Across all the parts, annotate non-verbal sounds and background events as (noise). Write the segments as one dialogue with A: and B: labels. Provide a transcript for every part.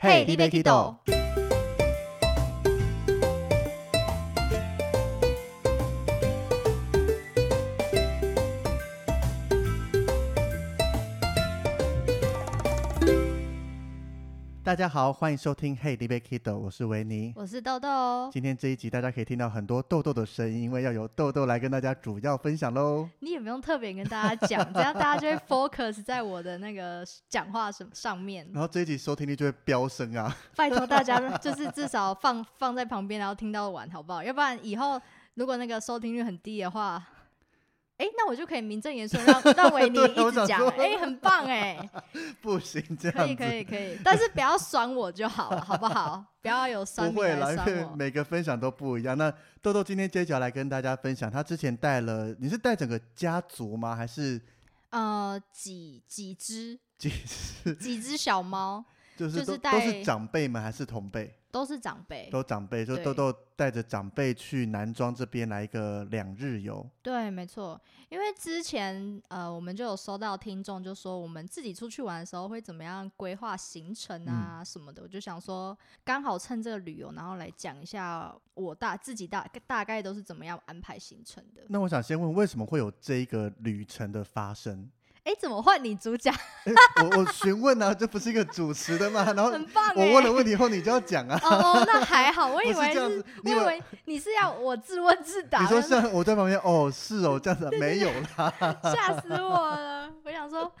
A: 嘿，你别 Kido。大家好，欢迎收听《嘿，你别 Kido》，我是维尼。
B: 我是豆豆哦，
A: 今天这一集大家可以听到很多豆豆的声音，因为要由豆豆来跟大家主要分享喽。
B: 你也不用特别跟大家讲，这样大
A: (laughs)
B: 家就会 focus 在我的那个讲话什上面。
A: 然后这一集收听率就会飙升啊！ (laughs)
B: 拜托大家，就是 (laughs) 至少放放在旁边，然后听到完好不好？要不然以后如果那个收听率很低的话，哎、那我就可以名正言顺
A: (laughs)
B: 让让维尼
A: 对
B: 一
A: 我
B: 直
A: 想
B: 讲，
A: 说
B: 哎、很棒哎、
A: 不行， (laughs) 这
B: 可以
A: 样
B: 可
A: 子
B: 以可以，但是不要酸我就好了，好不好？不要有酸
A: 不
B: 民
A: 会啦，
B: 来哦
A: 因
B: 酸
A: 为
B: 我。
A: 每个分享都不一样。那豆豆今天接下来跟大家分享，他之前带了，你是带整个家族吗？还是
B: 呃，几几只
A: 几是
B: 几只小猫
A: 就是
B: 就是
A: 都都
B: 带
A: 是长辈们还是同辈？
B: 都是长辈，
A: 都长辈，就
B: 对
A: 豆豆带着长辈去南庄这边来一个两日游。
B: 对，没错，因为之前呃，我们就有收到听众就说，我们自己出去玩的时候会怎么样规划行程
A: 嗯
B: 啊什么的，我就想说，刚好趁这个旅游，然后来讲一下我大自己大大概都是怎么样安排行程的。
A: 那我想先问，为什么会有这一个旅程的发生？ (laughs)
B: 哎，怎么换你主讲？
A: 诶我我询问啊，这不是一个主持的
B: (laughs)
A: 吗？然后
B: 很棒
A: 哦我
B: 哎、
A: 问了问题后，你就要讲
B: (laughs)
A: 啊。
B: 哦哦，那还好，我
A: 不
B: 以
A: 是
B: 为
A: 这样
B: 是
A: 子，，
B: 我
A: 你
B: 以
A: 有
B: 为你是要我自问自答。
A: 你说
B: 我想
A: 像我在旁边，哦，是哦，这样子啊没有
B: (laughs)
A: 啦，
B: 吓死我了！我想说，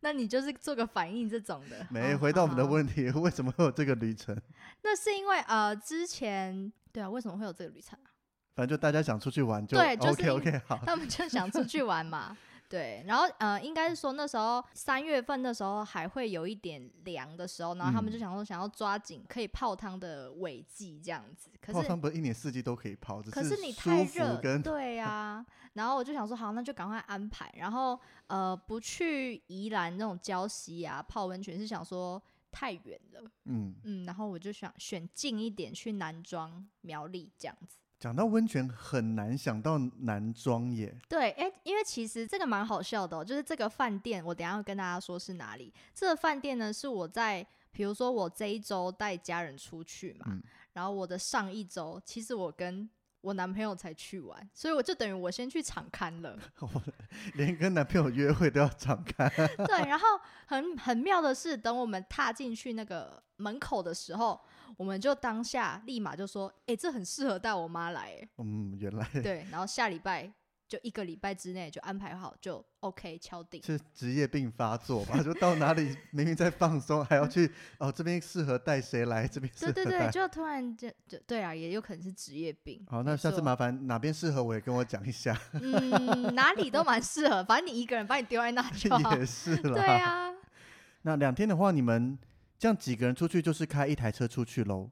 B: 那你就是做个反应这种的。
A: 没
B: 哦
A: 回到我们的
B: 好
A: 问题，为什么会有这个旅程？
B: 那是因为呃，之前对啊，为什么会有这个旅程啊？
A: 反正就大家想出去玩就
B: 对就是
A: OK OK 好，
B: 他们就想出去
A: (laughs)
B: 玩嘛。对，然后呃，应该是说那时候三月份那时候还会有一点凉的时候，然后他们
A: 嗯
B: 就想说想要抓紧可以泡汤的尾季这样子。 (laughs) 可
A: 泡
B: 是
A: 汤不是一年四季都可以泡，只
B: 可是你太
A: 舒服
B: 热，
A: 跟
B: 对呀、然后我就想说，好，那就赶快安排。然后呃，不去宜兰那种礁溪啊泡温泉，是想说太远了。
A: 嗯，
B: 嗯，然后我就想选近一点去南庄、苗栗这样子。
A: 讲到温泉很难想到男装耶，
B: 对，哎、因为其实这个蛮好笑的、哦，就是这个饭店，我等一下会跟大家说是哪里。这个饭店呢，是我在比如说我这一周带家人出去嘛，
A: 嗯
B: 然后我的上一周其实我跟我男朋友才去玩，所以我就等于我先去场刊了。 (laughs)
A: 我连跟男朋友约会都要敞开，
B: 对，然后很很妙的是，等我们踏进去那个门口的时候，我们就当下立马就说：“哎、这很适合带我妈来、诶
A: 嗯，原来
B: 对，然后下礼拜就一个礼拜之内就安排好，就 OK 敲
A: (laughs)
B: 定。
A: 是职业病发作吧？就到哪
B: (laughs)
A: 里明明在放松，还要去哦，这边适合带谁来，这边 (laughs) 适
B: 对
A: 合
B: 对对，
A: 带。
B: 就突然间就对啊，也有可能是职业病。 (laughs)
A: 好，那
B: 没
A: 下次
B: 错
A: 麻烦哪边适合我也跟我讲一
B: (laughs)
A: 下，
B: 嗯，哪里都蛮适合，反正你一个人把你丢在那就好。
A: 也是啦。
B: (laughs) 对啊，
A: 那两天的话，你们这样几个人出去就是开一台车出去喽。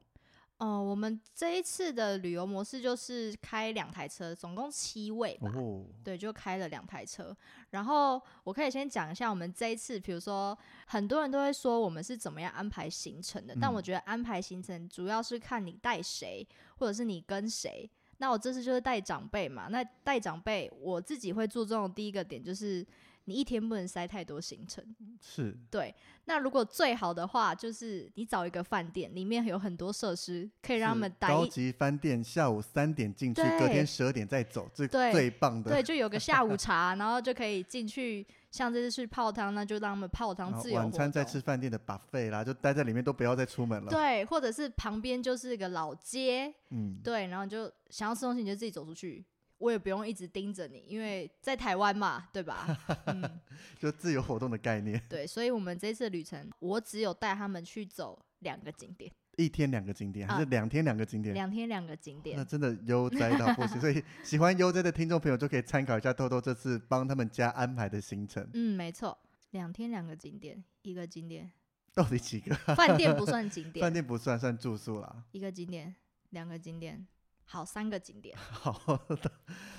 B: 哦、我们这一次的旅游模式就是开两台车，总共七位吧。
A: 哦，
B: 对，就开了两台车。然后我可以先讲一下我们这一次，比如说很多人都会说我们是怎么样安排行程的，但我
A: 嗯
B: 觉得安排行程主要是看你带谁，或者是你跟谁。那我这次就是带长辈嘛，那带长辈我自己会注重的第一个点就是你一天不能塞太多行程。
A: 是
B: 对，那如果最好的话，就是你找一个饭店，里面有很多设施可以让他
A: 是
B: 们待
A: 高
B: 一
A: 级饭店，下午三点进去，隔天
B: 对
A: 十二点再走，这
B: 对
A: 最棒的。
B: 对，就有个下午茶，然后就可以进去，像这次去泡汤，那就让他们泡汤
A: 然后
B: 自由
A: 晚
B: 活
A: 餐再
B: 动
A: 吃。饭店的 buffet 啦，就待在里面都不要再出门了。，
B: 对，或者是旁边就是个老街，
A: 嗯，
B: 对，然后你就想要吃东西你就自己走出去，我也不用一直盯着你，因为在台湾嘛，
A: (laughs)
B: 对吧？嗯，
A: 就自由活动的概念，
B: 对，所以我们这次旅程，我只有带他们去走两个景点，
A: 一天两个景点还
B: 啊
A: 是两天两个景点？
B: 两天两个景
A: 那
B: 点，
A: 真的悠哉到
B: (laughs)
A: 不行，所以喜欢悠哉的听众朋友就可以参考一下豆豆这次帮他们家安排的行程。
B: 嗯，没错，两天两个景点，一个景点
A: 到底几个？
B: 饭店不算景
A: (laughs) 饭
B: 点，
A: 店不算，算住宿啦。 (laughs)
B: 一个景点，两个景点，好，三个景点。
A: 好的，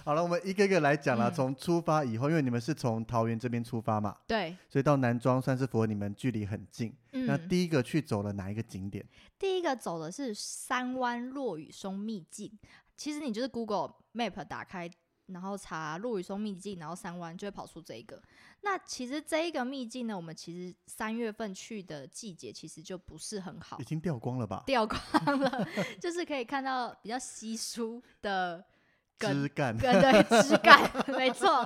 A: 好了，我们一个一个来讲啦。
B: 嗯
A: 从出发以后，因为你们是从桃园这边出发嘛，
B: 对，
A: 所以到南庄算是符合你们距离很近。 (laughs) 那
B: 嗯，
A: 第一个去走了哪一个景点？
B: 第一个走的是三湾落雨松秘境，其实你就是 Google Map 打开。然后查落雨松秘境，然后三湾就会跑出这一个。那其实这一个秘境呢，我们其实三月份去的季节其实就不是很好
A: 已，经掉光了吧？
B: 掉光了， (laughs) 就是可以看到比较稀疏的
A: 枝干，
B: 梗跟对枝干，没错。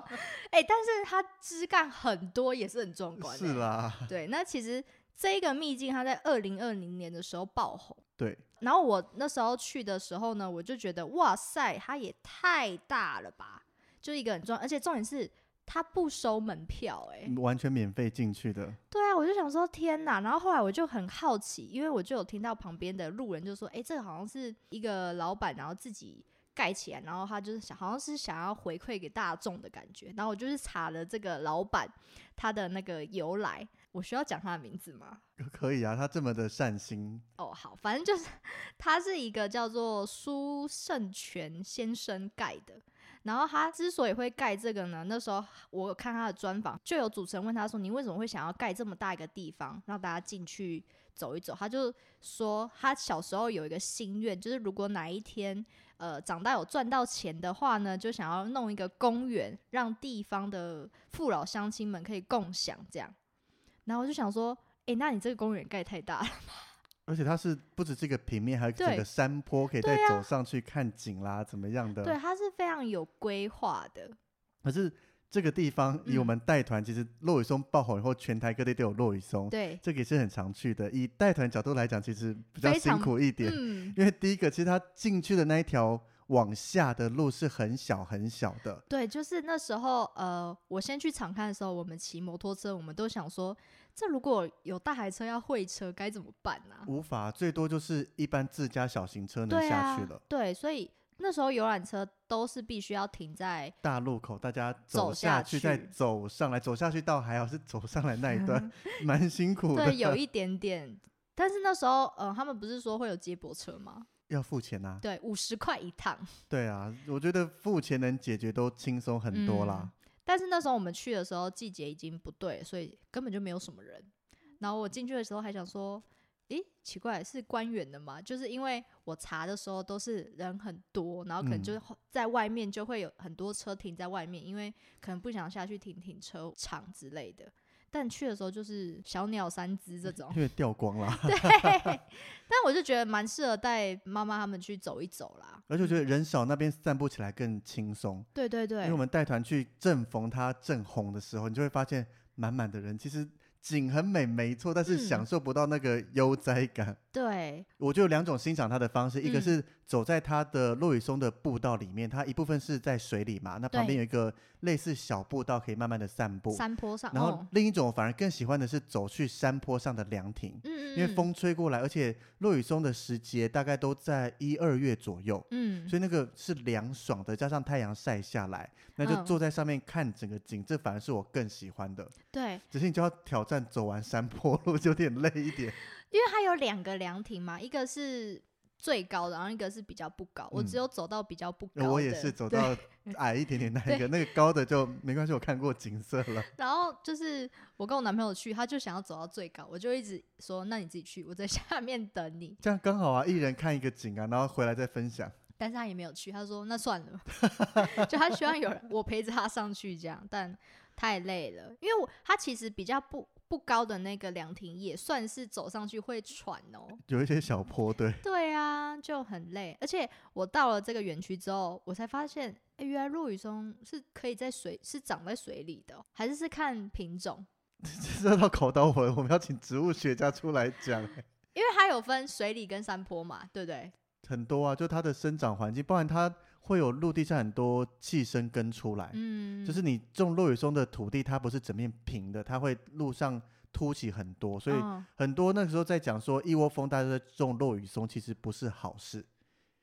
B: 哎、但是它枝干很多，也是很壮观、
A: (laughs) 是。啦，
B: 对，那其实这个秘境它在二零二零年的时候爆红。
A: 对，
B: 然后我那时候去的时候呢，我就觉得哇塞，它也太大了吧，就一个很壮，而且重点是它不收门票、哎、
A: 完全免费进去的。
B: 对啊，我就想说天哪！然后后来我就很好奇，因为我就有听到旁边的路人就说：“哎、这个好像是一个老板，然后自己盖起来，然后他就是想好像是想要回馈给大众的感觉。”然后我就是查了这个老板他的那个由来，我需要讲他的名字吗？
A: 可以啊，他这么的善心，
B: 哦，好，反正就是 (laughs) 他是一个叫做苏圣权先生盖的。然后他之所以会盖这个呢，那时候我有看他的专访，就有主持人问他说：“你为什么会想要盖这么大一个地方，让大家进去走一走？”他就说他小时候有一个心愿，就是如果哪一天呃长大有赚到钱的话呢，就想要弄一个公园，让地方的父老乡亲们可以共享这样。然后我就想说：“诶，那你这个公园盖太大了。”
A: 而且它是不只是一个平面，还有整
B: 对
A: 个山坡可以再
B: 对啊
A: 走上去看景啦，怎么样的？
B: 对，啊它是非常有规划的。
A: 可是这个地方以我
B: 嗯
A: 们带团，其实落雨松爆红以后，全台各地都有落雨松，
B: 对，
A: 这个也是很常去的。以带团角度来讲，其实比较
B: 非
A: 辛
B: 常
A: 苦一点，
B: 嗯，
A: 因为第一个其实它进去的那一条往下的路是很小很小的，
B: 对，就是那时候，呃，我先去场看的时候，我们骑摩托车，我们都想说，这如果有大海车要会车，该怎么办呢、
A: 无法最多就是一般自家小型车能
B: 对
A: 下
B: 啊
A: 去了。，
B: 对，所以那时候游览车都是必须要停在，
A: 大路口，大家
B: 走
A: 走下
B: 下
A: 去，再
B: 去
A: 走上来，走下去倒还好，是走上来那一段 (laughs) 蛮辛苦的，
B: 嗯对，有一点点。但是那时候，呃，他们不是说会有接驳车吗？
A: 要付钱啊。
B: 对，五十块一趟。
A: 对啊，我觉得付钱能解决都轻松很多啦。
B: 但是那时候我们去的时候季节已经不对，所以根本就没有什么人。然后我进去的时候还想说，诶，奇怪，是官员的吗？就是因为我查的时候都是人很多，然后可能
A: 嗯
B: 就是后在外面就会有很多车停在外面，因为可能不想下去停停车场之类的。但去的时候就是小鸟三只
A: (laughs)
B: 这种，
A: 因为掉光啦，
B: 但我就觉得蛮适合带妈妈他们去走一走啦。
A: 而且我觉得人少那边散步起来更轻松，
B: 对对
A: 因
B: 对
A: 为我，们带团去正逢它正红的时候，你就会发现满满的人，其实景很美没错，但是
B: 嗯
A: 享受不到那个悠哉感。
B: 对，
A: 我就有两种欣赏它的方式，一个
B: 嗯
A: 是走在它的落雨松的步道里面，它一部分是在水里嘛，那旁边
B: 对
A: 有一个类似小步道，可以慢慢的散步。
B: 山坡上，
A: 然后
B: 哦、
A: 另一种我反而更喜欢的是走去山坡上的凉亭，
B: 嗯，
A: 因为
B: 嗯，
A: 风吹过来，而且落雨松的时节大概都在一二月左右，
B: 嗯，
A: 所以那个是凉爽的，加上太阳晒下来，那就
B: 嗯
A: 坐在上面看整个景，这反而是我更喜欢的。
B: 对，
A: 只是你就要挑战走完山坡路， (laughs) 就有点累一点。
B: 因为它有两个凉亭嘛，一个是最高的，然后一个是比较不高。我
A: 嗯
B: 只有走到比较不高
A: 呃
B: 的，
A: 我也是走
B: 对
A: 到矮一点点那一个，那个高的就没关系，我看过景色了。
B: 然后就是我跟我男朋友去，他就想要走到最高，我就一直说：“那你自己去，我在下面等你。
A: 这样刚好啊，一人看一个景啊，然后回来再分享。”
B: 但是他也没有去，他说：“那算了。” (laughs) 就他希望有人我陪着他上去这样，但太累了，因为我他其实比较不不高的那个凉亭也算是走上去会喘哦。
A: 有一些小坡，对， (laughs)
B: 对啊，就很累。而且我到了这个园区之后，我才发现，哎、原来落羽松是可以在水，是长在水里的哦、还是是看品种？
A: 这到考倒我了，我们要请植物学家出来讲、
B: 因为它有分水里跟山坡嘛，对不对？
A: 很多啊，就它的生长环境，包含它会有陆地上很多气生根出来，
B: 嗯，
A: 就是你种落雨松的土地，它不是整面平的，它会路上凸起很多，所以
B: 嗯
A: 很多那个时候在讲说一窝蜂大家都在种落雨松，其实不是好事，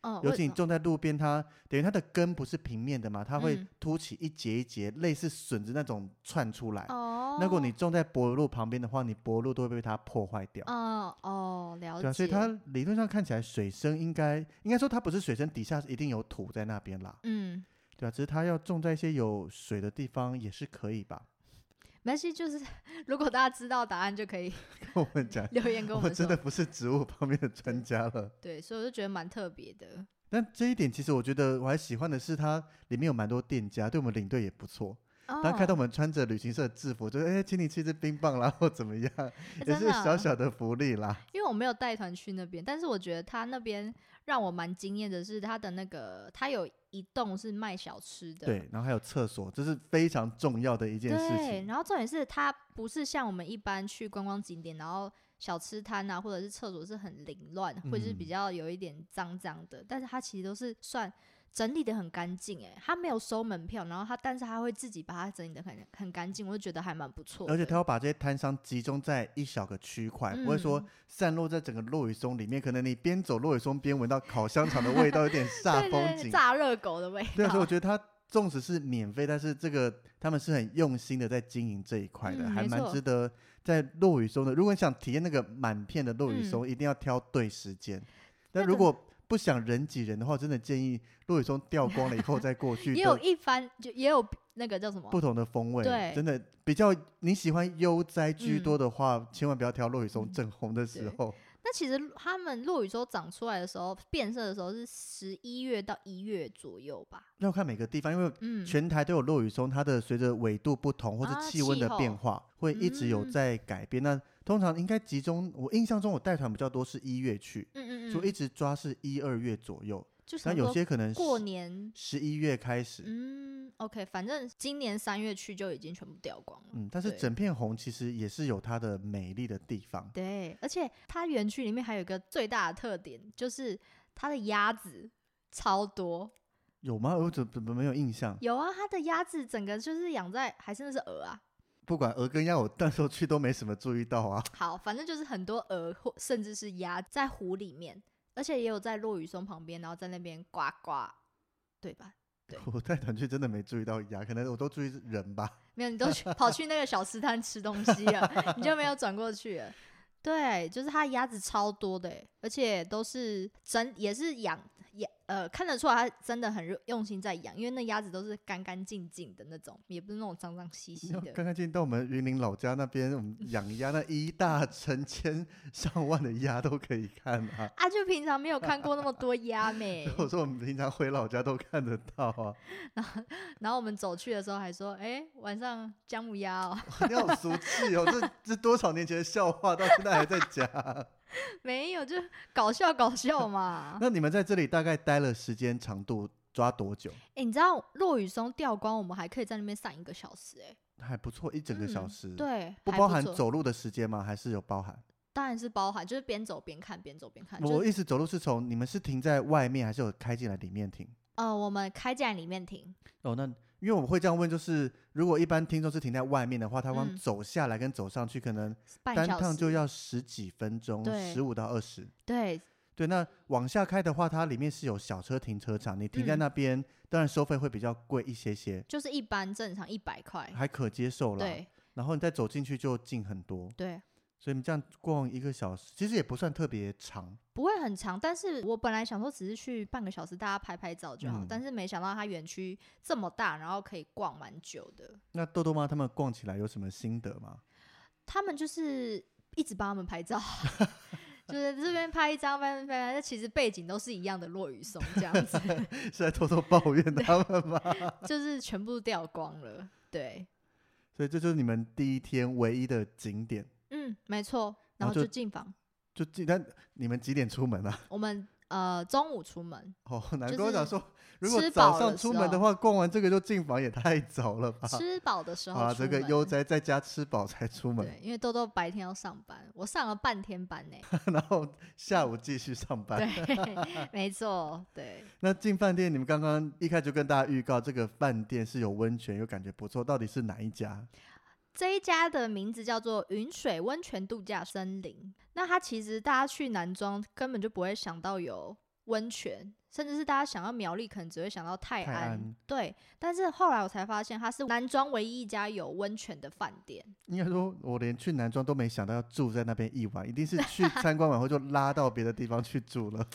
B: 嗯，
A: 尤
B: 为
A: 其你种在路边，它等于它的根不是平面的嘛，它会
B: 嗯
A: 凸起一节一节，类似笋子那种窜出来。
B: 哦，
A: 那如果你种在柏油路旁边的话，你柏油路都会被它破坏掉。
B: 嗯哦了
A: 对
B: 解，
A: 啊，所以它理论上看起来水深应该应该说它不是水深，底下一定有土在那边啦。
B: 嗯，
A: 对啊，只是它要种在一些有水的地方也是可以吧？
B: 没关系，就是 (laughs) 如果大家知道答案就可以 (laughs)
A: 跟我们讲，
B: 留言跟
A: 我
B: 们
A: 真的
B: 说。
A: 不是植物方面的专家了。
B: 对，所以我就觉得蛮特别的。
A: 但这一点其实我觉得我还喜欢的是，它里面有蛮多店家，对我们领队也不错。当看到我
B: 哦
A: 们穿着旅行社的制服，就哎、请你吃一支冰棒啦，或怎么
B: (laughs)
A: 样，
B: 哎
A: 也
B: 真
A: 是
B: 的
A: 小小的福利啦。
B: 因为我没有带团去那边，但是我觉得他那边让我蛮惊艳的是他的那个，他有一栋是卖小吃的，
A: 对，然后还有厕所，这是非常重要的一件事
B: 对，
A: 情。
B: 然后重点是它不是像我们一般去观光景点，然后小吃摊啊，或者是厕所是很凌乱，或者是
A: 嗯
B: 比较有一点脏脏的，但是它其实都是算整理的很干净，哎，它没有收门票，然后它但是它会自己把它整理的很很干净，我就觉得还蛮不错的，
A: 而且他要把这些摊商集中在一小个区块，不会说
B: 嗯
A: 散落在整个落雨松里面。可能你边走落雨松边闻到烤香肠的味道，有
B: (laughs)
A: 点煞
B: 对
A: 风
B: 对
A: 景。
B: 炸热狗的味
A: 对啊，所以
B: 道
A: 我。觉得它纵使是免费，但是这个他们是很用心的在经营这一块的，
B: 嗯
A: 还
B: 没
A: 蛮
B: 错
A: 值得在落雨松的。如果你想体验那个满片的落雨松，一定要挑对时间。但
B: 嗯那个
A: 如果不想人挤人的话，真的建议落雨松掉光了以后再
B: (laughs)
A: 过去
B: 也有
A: 的
B: 一番，就也有那个叫什么？
A: 不同的风味。
B: 对嗯
A: 真的比较你喜欢悠哉居多的话，千万不要挑落雨松正红的时
B: 对
A: 候。
B: 那其实它们落雨洲长出来的时候，变色的时候是十一月到一月左右吧。
A: 要看每个地方，因为
B: 嗯，
A: 全台都有落雨松，它的随着纬度不同或
B: 啊
A: 是气温的变化，会一直有
B: 嗯
A: 在改变。那通常应该集中，我印象中我带团比较多是一月去，
B: 嗯嗯嗯，
A: 就一直抓是一二月左右，
B: 就
A: 那
B: 想
A: 有
B: 说
A: 些可能
B: 过年，
A: 十一月开始。
B: 嗯，OK，反正今年三月去就已经全部掉光了。
A: 嗯，但是
B: 对
A: 整片红其实也是有它的美丽的地方。
B: 对，而且它园区里面还有一个最大的特点，就是它的鸭子超多。
A: 有吗？ (laughs) 我怎怎么没有印象？
B: 有啊，它的鸭子整个就是养在，还是那是鹅啊。
A: 不管鹅跟鸭，我那时候去都没什么注意到啊。
B: 好，反正就是很多鹅或甚至是鸭在湖里面，而且也有在落雨松旁边，然后在那边呱呱，对吧？对
A: 我带团去真的没注意到鸭，可能我都注意人吧。
B: 没有，你都去跑去那个小吃摊吃东西了，你就没有转过去了。对，就是它鸭子超多的欸，而且都是真也是养养呃，看得出来它真的很热用心在养，因为那鸭子都是干干净净的那种，也不是那种脏脏兮兮
A: 要
B: 的。
A: 刚刚进到我们云林老家那边，我们养鸭那一大成千上万的鸭都可以看
B: (laughs)
A: 啊。
B: 啊，就平常没有看过那么多鸭没
A: 所以。我说我们平常回老家都看得到
B: (laughs)
A: 啊，
B: 然后我们走去的时候还说，哎、晚上姜母鸭哦，
A: 你好俗气哦！这这多少年前的笑话，到现在还在
B: (laughs)
A: 讲。
B: 没有，就搞笑搞笑 (laughs) 嘛。
A: 那你们在这里大概待了时间长度抓多久？
B: 哎、你知道落雨松掉光，我们还可以在那边散一个小时、哎，
A: 还不错，一整个小
B: 嗯
A: 时。，
B: 对，
A: 不
B: 还
A: 包含
B: 错
A: 走路的时间吗？还是有包含？
B: 当然是包含，就是边走边看，边走边看。啊就
A: 我
B: 是
A: 意思走路是从你们是停在外面，还是有开进来里面停？
B: 呃，我们开进来里面停，
A: 哦，那因为我会这样问，就是如果一般听众是停在外面的话，他光
B: 嗯
A: 走下来跟走上去，可能
B: 半
A: 单
B: 小
A: 趟
B: 时
A: 就要十几分钟，
B: 对
A: 十五到二十。
B: 对，
A: 对，那往下开的话，它里面是有小车停车场，你停在
B: 嗯
A: 那边，当然收费会比较贵一些些，
B: 就是一般正常一百块。
A: 还可接受啦。
B: 对
A: 然后你再走进去就近很多，
B: 对，
A: 所以你们这样逛一个小时，其实也不算特别长。
B: 不会很长，但是我本来想说只是去半个小时，大家拍拍照就好，
A: 嗯
B: 但是没想到它园区这么大，然后可以逛蛮久的。
A: 那豆豆妈他们逛起来有什么心得吗？ (laughs)
B: 他们就是一直帮他们拍照。 (laughs) 就是这边拍一张，拍拍拍，那其实背景都是一样的落雨松这样
A: (laughs)
B: 子，
A: 是在偷偷抱怨他们吗？ (laughs)
B: 就是全部掉光了。对，
A: 所以这就是你们第一天唯一的景点。
B: 嗯，没错。
A: 然
B: 然
A: 后
B: 后就
A: 就
B: 进房，
A: 就记，但你们几点出门啊？ (laughs)
B: 我们呃中午出门，
A: 哦，难
B: 就
A: 怪我想
B: 是
A: 说，如果
B: 吃
A: 早
B: 饱
A: 上
B: 的
A: 出
B: 时
A: 门的
B: 候
A: 话，逛完这个就进房也太早了吧？
B: 吃饱的时候
A: 啊，
B: 出
A: 这个
B: 门
A: 悠哉在家吃饱才出门，
B: 对，因为豆豆白天要上班，我上了半天班呢。
A: (laughs)
B: (laughs)
A: 然后下午继续上班。
B: 对，没错，对，
A: 那进饭店，你们刚刚一开始就跟大家预告，这个饭店是有温泉，又感觉不错，到底是哪一家？
B: 这一家的名字叫做云水温泉度假森林。那它其实大家去南庄根本就不会想到有温泉，甚至是大家想要苗栗，可能只会想到泰
A: 泰安
B: 对，但是后来我才发现，它是南庄唯一一家有温泉的饭店。
A: 应该说，我连去南庄都没想到要住在那边一晚，一定是
B: (laughs)
A: 去参观完后就拉到别的地方去住了。 (laughs)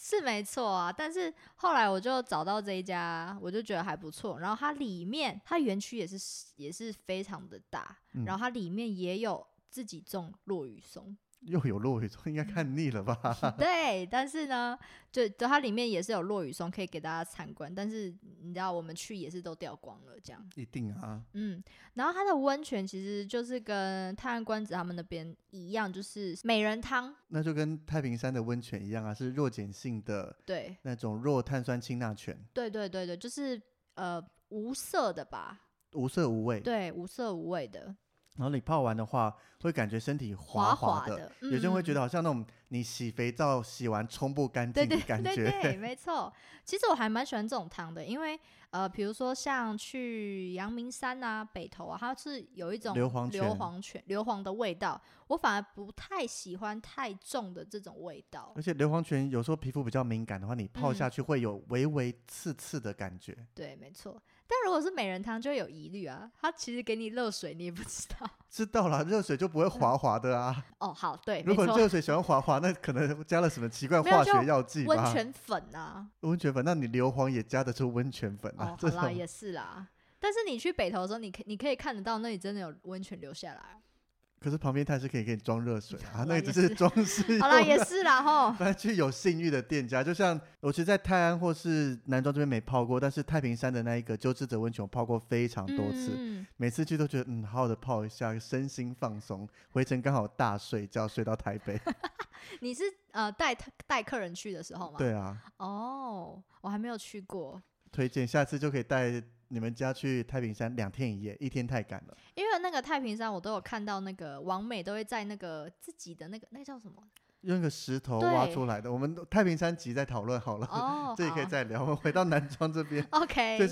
B: 是没错啊，但是后来我就找到这一家，我就觉得还不错。然后它里面，它园区也是也是非常的大，
A: 嗯
B: 然后它里面也有自己种落羽松，
A: 又有落雨，应该看腻了吧？ (laughs)
B: 对。但是呢，就就它里面也是有落羽松可以给大家参观，但是你知道我们去也是都掉光了这样。
A: 一定啊，
B: 嗯，然后它的温泉其实就是跟泰安关子他们那边一样，就是美人汤，
A: 那就跟太平山的温泉一样啊，是弱碱性的
B: 对，
A: 那种弱碳酸氢钠泉，
B: 对对对对，就是呃无色的吧，
A: 无色无味。
B: 对，无色无味的，
A: 然后你泡完的话，会感觉身体滑
B: 滑
A: 的，
B: 的，
A: 有些人会觉
B: 得。
A: 得好像那种你洗肥皂洗完冲不干
B: 对
A: 净
B: 对
A: 的感
B: 对
A: 觉。
B: 对，没错。其实我还蛮喜欢这种汤的，因为呃，比如说像去阳明山啊、北投啊，它是有一种
A: 硫磺
B: 硫
A: 泉
B: 磺泉、硫磺的味道，我反而不太喜欢太重的这种味道。
A: (laughs) 而且硫磺泉有时候皮肤比较敏感的话，你泡下
B: 嗯
A: 去会有微微刺刺的感觉。
B: 对，没错。但如果是美人汤，就会有疑虑啊，它其实给你热水，你也不知道。 (laughs)
A: 知道了，热水就不会滑滑的啊。
B: 哦，好，对，
A: 如
B: 没
A: 果
B: 错，
A: 热水喜欢滑滑，那可能加了什么奇怪
B: 没有
A: 化
B: 就
A: 学药剂吧？
B: 温泉粉啊，
A: (laughs) 温泉粉，那你硫磺也加得出温泉粉啊？
B: 哦，好
A: 这
B: 啦，
A: 种
B: 也是啦。但是你去北投的时候，你可你可以看得到那里真的有温泉流下来。啊
A: 可是旁边它是可以给你装热水
B: (laughs)
A: 啊，
B: 好啦
A: 那个
B: 也
A: 只是
B: 是
A: 装饰。
B: 好啦，也。是啦吼。
A: (laughs) 反正去有信誉的店家，就像我其实，在泰安或是南庄这边没泡过，但是太平山的那一个鸠之泽温泉我泡过非常多次，
B: 嗯，
A: 每次去都觉得嗯，好好的泡一下，身心放松。回程刚好大睡觉，睡到台
B: (laughs)
A: 北。
B: 你是呃带他带客人去的时候吗？。
A: 对啊，
B: 哦，我还没有去过，
A: 推荐下次就可以带你们家去太平山两天一夜，一天太赶了。
B: 因为那个太平山我都有看到，那个王美都会在那个自己的那个那个叫什么？
A: 用个石头挖
B: 对
A: 出来的，我们太平山集再讨论好了，，
B: 哦
A: (laughs) (laughs) 这也可以
B: 好
A: 再聊。我们回到南庄 (laughs) 这边，对，所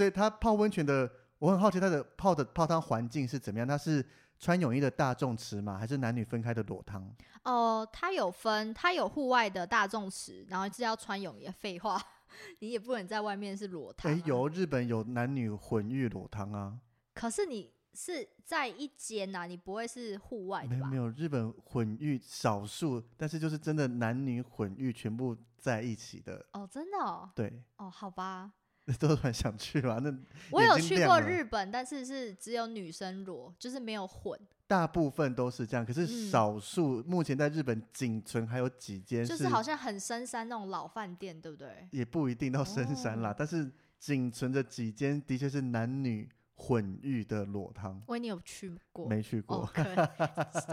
B: OK。
A: 以他泡温泉的，我很好奇他的泡的泡汤环境是怎么样？他是穿泳衣的大众池吗？还是男女分开的裸汤？
B: 哦，它有分，它有户外的大众池，然后是要穿泳衣。废话， (laughs) 你也不能在外面是裸啊汤、
A: 哎，。有日本有男女混浴裸汤啊，
B: 可是你是在一间呐、你不会是户外
A: 没
B: 的
A: 有
B: 哎吧？
A: 没有，日本混浴少数，但是就是真的男女混浴全部在一起的，
B: 哦，真的哦，
A: 对， (laughs)
B: 哦，好吧，
A: 都很想去吧？那
B: 我
A: 眼
B: 有
A: 睛
B: 去
A: 亮啊
B: 过
A: 了
B: 日本，但是是只有女生裸，就是没有混，
A: 大部分都是这样，可是
B: 嗯
A: 少数、目前在日本仅存还有几间
B: 就是好像很深山那种老饭店，对不对？
A: 也不一定到深山啦，
B: 哦
A: 但是仅存着几间的确是男女混浴的裸汤，
B: 喂，你有去过？
A: 没去过，
B: 哦，可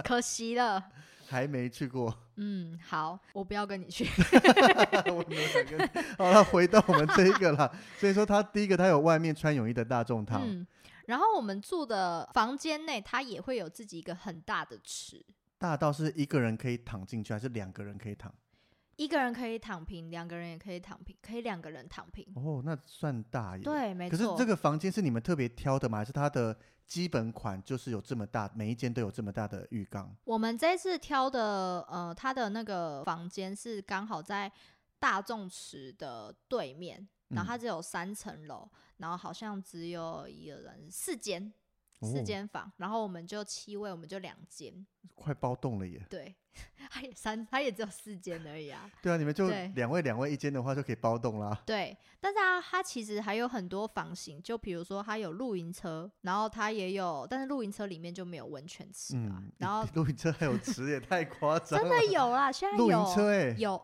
B: 可惜了。
A: (laughs) 还没去过， (laughs)
B: 嗯，好，我不要跟你去。
A: 我没有想跟 (laughs) 你。好了，回到我们这一个啦， (laughs) 所以说他第一个他有外面穿泳衣的大众汤，
B: 嗯，然后我们住的房间内，它也会有自己一个很大的池，
A: 大到是一个人可以躺进去，还是两个人可以躺？
B: 一个人可以躺平，两个人也可以躺平，可以两个人躺平。
A: 哦，那算大耶。。
B: 对，没
A: 可
B: 错。
A: 是这个房间是你们特别挑的吗？还是它的基本款就是有这么大，每一间都有这么大的浴缸？
B: 我们这次挑的呃，它的那个房间是刚好在大众池的对面，然后它
A: 嗯
B: 只有三层楼，然后好像只有一个人四间。四
A: 哦
B: 间房，然后我们就七位，我们就两间，
A: 快包栋了耶！
B: 对， (laughs) 它也三，它也只有四间而已啊，
A: 对啊，你们就
B: 对
A: 两位两位一间的话就可以包栋啦。
B: 对。但是它它其实还有很多房型，就比如说它有露营车，然后它也有，但是露营车里面就没有温泉池啊，
A: 嗯，(laughs)
B: 然后
A: 露营车还有池也太夸张
B: 真
A: 了，
B: 的有
A: (laughs)
B: 啦，现在
A: 露
B: 有
A: 营车哎、
B: 有，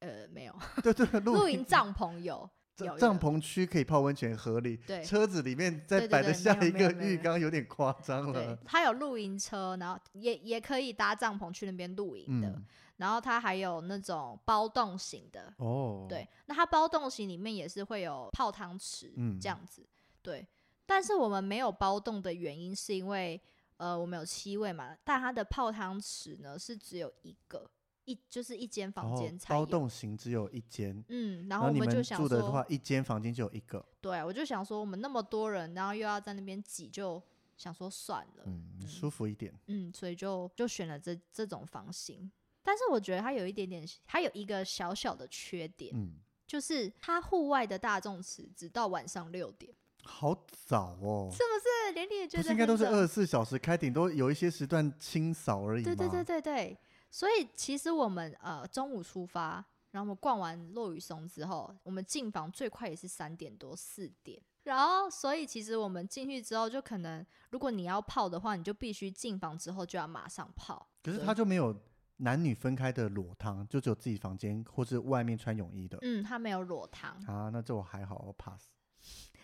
B: 呃，没有，
A: (laughs) 对对，露
B: 露营帐篷有，有
A: 帐
B: 有
A: 帐篷区可以泡温泉合理，
B: 对
A: 车子里面
B: 对
A: 再
B: 对
A: 摆得
B: 对
A: 下
B: 没有
A: 一
B: 没有
A: 个
B: 没有
A: 浴缸有点夸张
B: 对
A: 了，，
B: 它有露营车，然后也也可以搭帐篷去那边露营的，
A: 嗯，
B: 然后它还有那种包栋型的，
A: 哦，
B: 对，那它包栋型里面也是会有泡汤池，
A: 嗯
B: 这样子，对，但是我们没有包栋的原因是因为，呃，我们有七位嘛，但它的泡汤池呢是只有一个，一就是一间
A: 然
B: 房
A: 后
B: 间才
A: 哦包
B: 有。
A: 栋型只有一间，
B: 嗯，
A: 然
B: 然后我
A: 你
B: 们就
A: 们
B: 想
A: 住的
B: 说
A: 话，，一间房间就有一个，
B: 对，我就想说，我们那么多人，然后又要在那边挤，就想说算了，
A: 嗯，舒服一点，
B: 嗯，所以就就选了这这种房型。但是我觉得它有一点点，它有一个小小的缺点，
A: 嗯，
B: 就是它户外的大众池只到晚上六点，
A: 好早哦
B: 是，不是？连你也觉
A: 不
B: 得
A: 是应该都
B: 很
A: 是
B: 早
A: 二十四小时开，顶多有一些时段清扫而已
B: 对对对
A: 嘛。
B: 对对，所以其实我们呃中午出发，然后我们逛完落羽松之后，我们进房最快也是三点多四点。然后，所以其实我们进去之后，就可能如果你要泡的话，你就必须进房之后就要马上泡。
A: 可是
B: 对
A: 他就没有男女分开的裸汤，就只有自己房间或是外面穿泳衣的。
B: 嗯，它没有裸汤，
A: 啊，那这我还好，我 pass。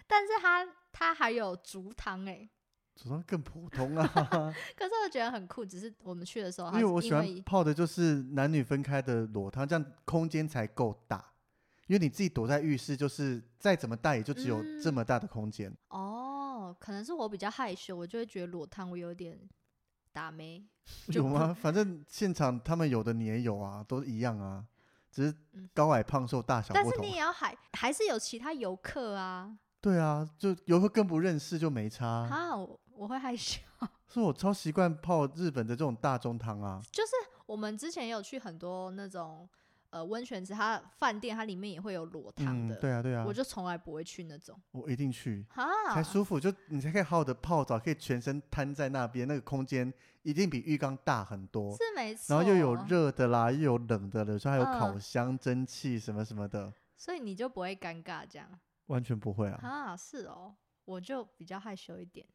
B: 但是它它还有竹汤哎、
A: 主汤更普通
B: (laughs)
A: 啊，
B: 可是我觉得很酷，只是我们去的时候它
A: 因
B: 是，
A: 为我喜
B: 因
A: 欢
B: 为
A: 泡的就是男女分开的裸汤，这样空间才够大。因为你自己躲在浴室，就是再怎么大也就只有这
B: 嗯
A: 么大的空间。
B: 哦，可能是我比较害羞，我就会觉得裸汤我有点打没。
A: 有
B: 就不
A: 吗？反正现场他们有的你也有啊，都一样啊，只是
B: 嗯
A: 高矮胖瘦大小
B: 但
A: 不
B: 是
A: 同
B: 你。也要还还是有其他游客啊
A: 对啊，就游客更不认识就没差。
B: 啊！我我会害羞， (laughs)
A: 所以我超习惯泡日本的这种大中汤啊，
B: 就是我们之前也有去很多那种呃温泉池，它饭店它里面也会有裸汤
A: 嗯
B: 的，，
A: 对啊对啊
B: 我，就啊从来不会去那种
A: 我一定去。
B: 哈，
A: 才舒服，就你才可以好好的泡澡，可以全身瘫在那边，那个空间一定比浴缸大很多。
B: 是没错，
A: 然后又有，热的啦，又有冷的了，有时候还有
B: 嗯
A: 烤箱、蒸汽什么什么的，
B: 所以你就不会尴尬这样
A: 完全不会啊。
B: 啊？是哦，我就比较害羞一
A: (laughs)
B: 点，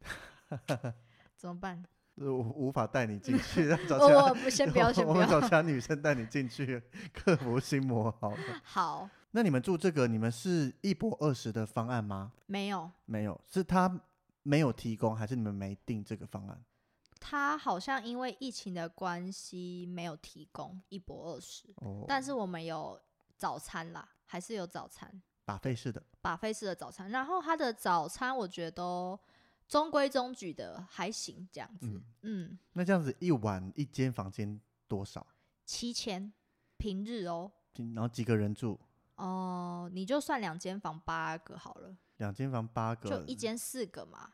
B: 怎么办？
A: 呃我无法带你进
B: (laughs)
A: 去，让找
B: 哦，
A: 其他
B: 我不先不
A: (laughs)
B: 要，先
A: 我
B: 不
A: 们找
B: 要，
A: 其他女生带你进去，克服心魔好了。
B: 好，
A: 那你们住这个，你们是一博二十的方案吗？
B: 没有，
A: 没有，是他没有提供，还是你们没定这个方案？
B: 他好像因为疫情的关系没有提供一博二十。
A: 哦，
B: 但是我们有早餐啦，还是有早餐，
A: 把费式的，
B: 巴菲式的早餐。然后它的早餐我觉得都中规中矩的，还行这样子
A: 嗯。
B: 嗯，
A: 那这样子一晚一间房间多少？
B: 七千平日哦。
A: 然后几个人住？
B: 哦、你就算两间房八个好了，
A: 两间房八个，
B: 就一，间四个嘛，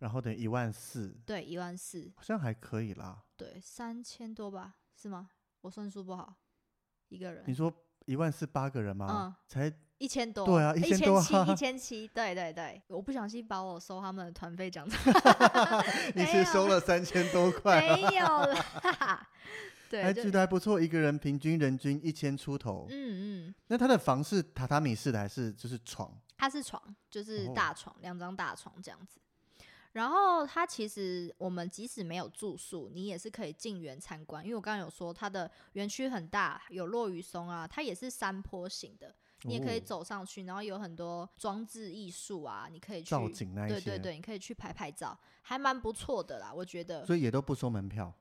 A: 然后等于一万四，
B: 对，一万四，
A: 好像还可以啦。
B: 对，三千多吧，是吗？我算数不好，一个
A: 你
B: 人
A: 说一万四八个人吗？
B: 嗯
A: 才
B: 一千多，
A: 对啊
B: 一
A: 1000多啊
B: 七，一千七，对对对，我不小心把我收他们的团费讲成
A: (laughs) 你
B: (laughs) 没有
A: 是收了三千
B: (laughs)
A: 多块啊，
B: 没有
A: (laughs)
B: 啦，对，
A: 还
B: 就
A: 觉得还不错，一个人平均人均一千出头。
B: 嗯嗯，
A: 那他的房是榻榻米式的还是就是床？
B: 它是床，就是
A: 哦
B: 大床，两张大床这样子。然后它其实我们即使没有住宿，你也是可以进园参观，因为我刚刚有说它的园区很大，有落羽松啊，它也是山坡型的，你也可以
A: 哦
B: 走上去，然后有很多装置艺术啊，你可以去
A: 造景那一
B: 对
A: 些，
B: 对对，你可以去拍拍照，还蛮不错的啦，我觉得。
A: 所以也都不收门票，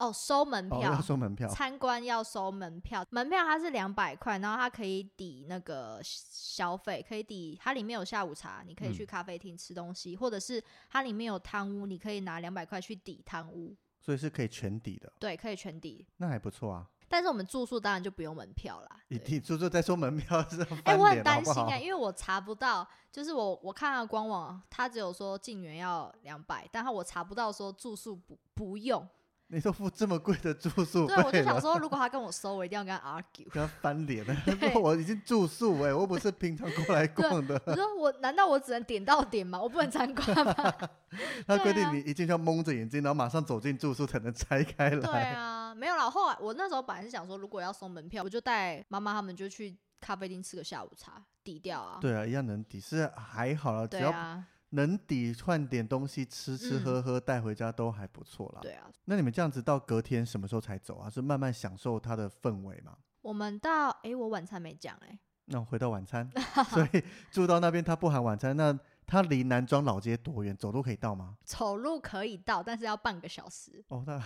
B: 哦，收门
A: 哦，
B: 票，
A: 要收门票，
B: (laughs) 参观要收门票，门票它是两百块，然后它可以抵那个消费，可以抵它里面有下午茶，你可
A: 嗯
B: 以去咖啡厅吃东西，或者是它里面有汤屋，你可以拿两百块去抵汤屋，
A: 所以是可以全抵的，
B: 对，可以全抵。
A: 那还不错啊。
B: 但是我们住宿当然就不用门票啦。
A: 你
B: 对
A: 你住住再收门票 (laughs) 是要
B: 哎、
A: 翻
B: 我很
A: 脸好
B: 担
A: 不
B: 心
A: 好
B: 哎、因为我查不到，就是我我看到官网，它只有说进园要两百，但它我查不到说住宿不不用。
A: 你都付这么贵的住宿费
B: 对，我就想
A: 了，
B: 说，如果他跟我收，我一定要跟他 argue。
A: 跟他翻脸了。(laughs)
B: (laughs) 对
A: 我已经住宿哎、我不是平常过来逛 (laughs) 的。
B: 我说我难道我只能点到点吗？我不能参观吗？
A: (laughs) 他规
B: 对
A: 定
B: 啊
A: 你一进去要蒙着眼睛，然后马上走进住宿才能拆开
B: 对
A: 来。
B: 啊，没有啦。后来我那时候本来是想说，如果要送门票，我就带妈妈他们就去咖啡厅吃个下午茶，抵掉啊。
A: 对啊，一样能抵是还好啦，只
B: 对
A: 要
B: 啊，
A: 能抵换点东西吃吃
B: 嗯
A: 喝喝带回家都还不错啦。
B: 对啊。
A: 那你们这样子到隔天什么时候才走啊？是慢慢享受它的氛围嘛？
B: 我们到诶，我晚餐没讲诶，
A: 那我回到晚
B: (laughs)
A: 餐，所以住到那边它不含晚餐，那它离南庄老街多远？走路可以到吗？
B: 走路可以到，但是要半个
A: (laughs)
B: 小时。
A: 哦，那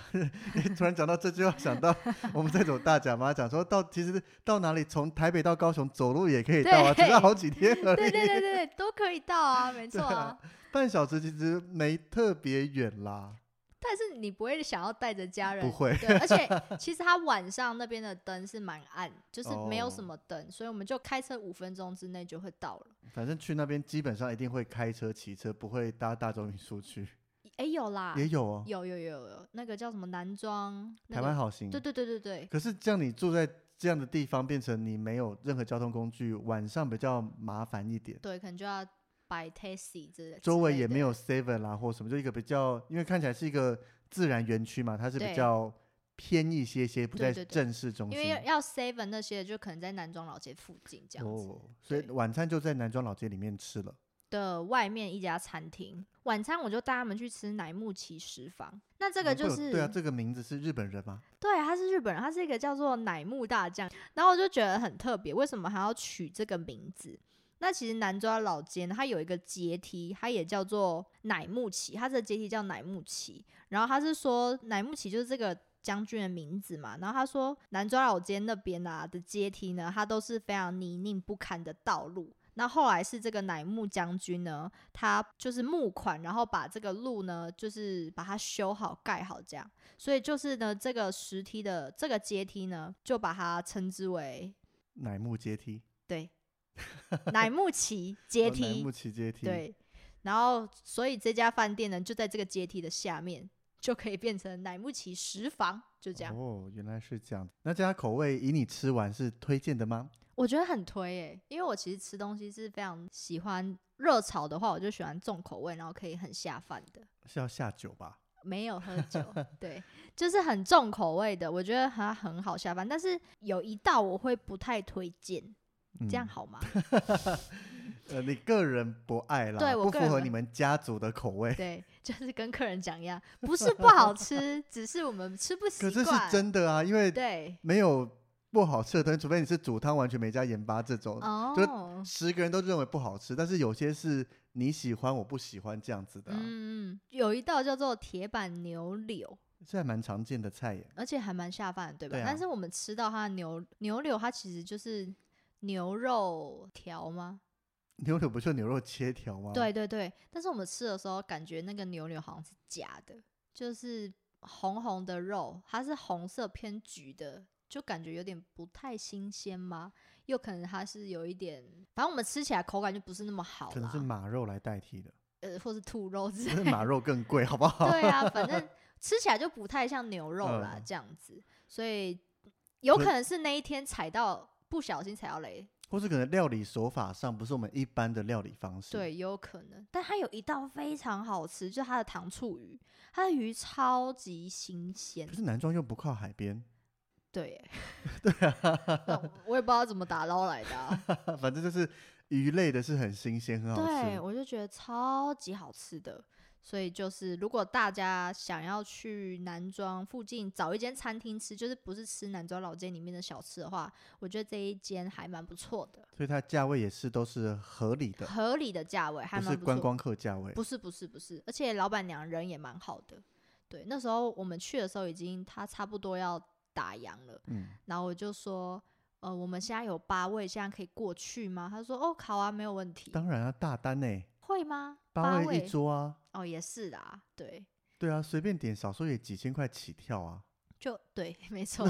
A: 突然讲到这句话，想到我们在走大甲妈讲说到，其实到哪里从台北到高雄走路也可以到啊，只
B: 对
A: 要好几天而已。
B: 对 (laughs) 对对对，对都可以到啊，没错啊。
A: 半小时其实没特别远啦，
B: 但是你不会想要带着家人，
A: 不会
B: 对，而且其实它晚上那边的灯是蛮暗，就是没有什
A: 哦
B: 么灯，所以我们就开车五分钟之内就会到了。
A: 反正去那边基本上一定会开车、骑车，不会搭大众运输去。
B: 哎、有啦，
A: 也有哦，
B: 有有有有那个叫什么男装，那
A: 台
B: 个
A: 湾好行。
B: 对对对对对，
A: 可是这样你住在这样的地方变成你没有任何交通工具，晚上比较麻烦一点。
B: 对，可能就要摆 taxi 之类，
A: 周围
B: 之类
A: 也
B: 的
A: 没有 seven 啦或什么，就一个比较，因为看起来是一个自然园区嘛，它是比
B: 对
A: 较偏一些些，不
B: 对
A: 在
B: 对对
A: 正市中
B: 因
A: 心。
B: 为要要 seven 那些，就可能在南庄老街附近这样子、
A: 哦，所以
B: 对
A: 晚餐就在南庄老街里面吃了。
B: 的外面一家餐厅。晚餐我就带他们去吃乃木奇食坊，那这个
A: 怎
B: 就
A: 么会有
B: 是、
A: 对啊，这个名字是日本人吗？
B: 对，他是日本人，他是一个叫做乃木大将，然后我就觉得很特别，为什么还要取这个名字？那其实南庄老街呢，它有一个阶梯，它也叫做乃木崎，它这个阶梯叫乃木崎。然后他是说乃木崎就是这个将军的名字嘛。然后他说南庄老街那边啊的阶梯呢，它都是非常泥泞不堪的道路。那后来是这个乃木将军呢，他就是募款，然后把这个路呢，就是把它修好、盖好这样。所以就是呢，这个石梯的这个阶梯呢，就把它称之为
A: 乃木阶梯， (laughs)
B: 对乃木崎阶
A: 哦乃
B: 梯
A: 木，崎阶梯，，
B: 对。然后，所以这家饭店呢，就在这个阶梯的下面，就可以变成乃木崎食房，就这样。
A: 哦，原来是这样。那这家口味以你吃完是推荐的吗？
B: 我觉得很推诶、因为我其实吃东西是非常喜欢热炒的话，我就喜欢重口味，然后可以很下饭的。
A: 是要下酒吧？
B: 没有喝酒，对，就是很重口味的，我觉得它很好下饭。但是有一道我会不太推荐，
A: 嗯
B: 这样好吗？
A: 呃，你个人不爱啦，
B: 对我
A: 不
B: 个
A: 符合
B: 人
A: 你们家族的口味。
B: 对， (laughs) 就是跟客人讲一样，不是不好吃，只是我们吃不习
A: 可
B: 惯。
A: 这是真的啊，因为
B: 对
A: 没有不好吃的东西，除非你是煮汤完全没加盐巴这种，
B: 哦，
A: 十个人都认为不好吃。但是有些是你喜欢，我不喜欢这样子的、啊，
B: 嗯嗯，有一道叫做铁板牛柳，
A: 这还蛮常见的菜耶。
B: 而且还蛮下饭的，对吧？
A: 对啊
B: 但是我们吃到它的牛牛柳，它其实就是牛肉条吗？
A: 牛柳不就牛肉切条吗？
B: 对，对对，但是我们吃的时候感觉那个牛柳好像是假的，就是红红的肉，它是红色偏橘的，就感觉有点不太新鲜吗？又可能它是有一点，反正我们吃起来口感就不是那么好
A: 可能
B: 啦
A: 是，马肉来代替的，
B: 呃，或是兔肉
A: (laughs)
B: 之
A: 但是
B: 类
A: 马
B: 的。
A: 肉更贵，好不好？ (laughs)
B: 对啊，反正吃起来就不太像牛肉啦，
A: 嗯
B: 这样子，所以有
A: 可
B: 可能是那一天踩到不小心踩到雷，
A: 或是可能料理手法上不是我们一般的料理方式。，
B: 对，有可能。但它有一道非常好吃，就是它的糖醋鱼，它的鱼超级新鲜
A: 可。是男装又不靠海边， (laughs)
B: 对，对啊，我也不知道怎么打捞来的啊、
A: 反正就是鱼类的是很新鲜， (laughs) 很好
B: 对，
A: 吃。
B: 我就觉得超级好吃的。所以就是，如果大家想要去南庄附近找一间餐厅吃，就是不是吃南庄老街里面的小吃的话，我觉得这一间还蛮不错的，
A: 所以它价位也是都是合理的，
B: 合理的价位，还
A: 不
B: 蛮
A: 是
B: 不错
A: 观光客价位。
B: 不是不是不是，而且老板娘人也蛮好的。对，那时候我们去的时候已经她差不多要打烊了，
A: 嗯，
B: 然后我就说，呃，我们现在有八位，现在可以过去吗？她说，哦，好啊，没有问题。
A: 当然啊，大单呢、
B: 会吗？
A: 八位一桌啊，
B: 哦，也是啦，对，
A: 对啊，随便点少说也几千块起跳啊，
B: 就对， (laughs) 没错，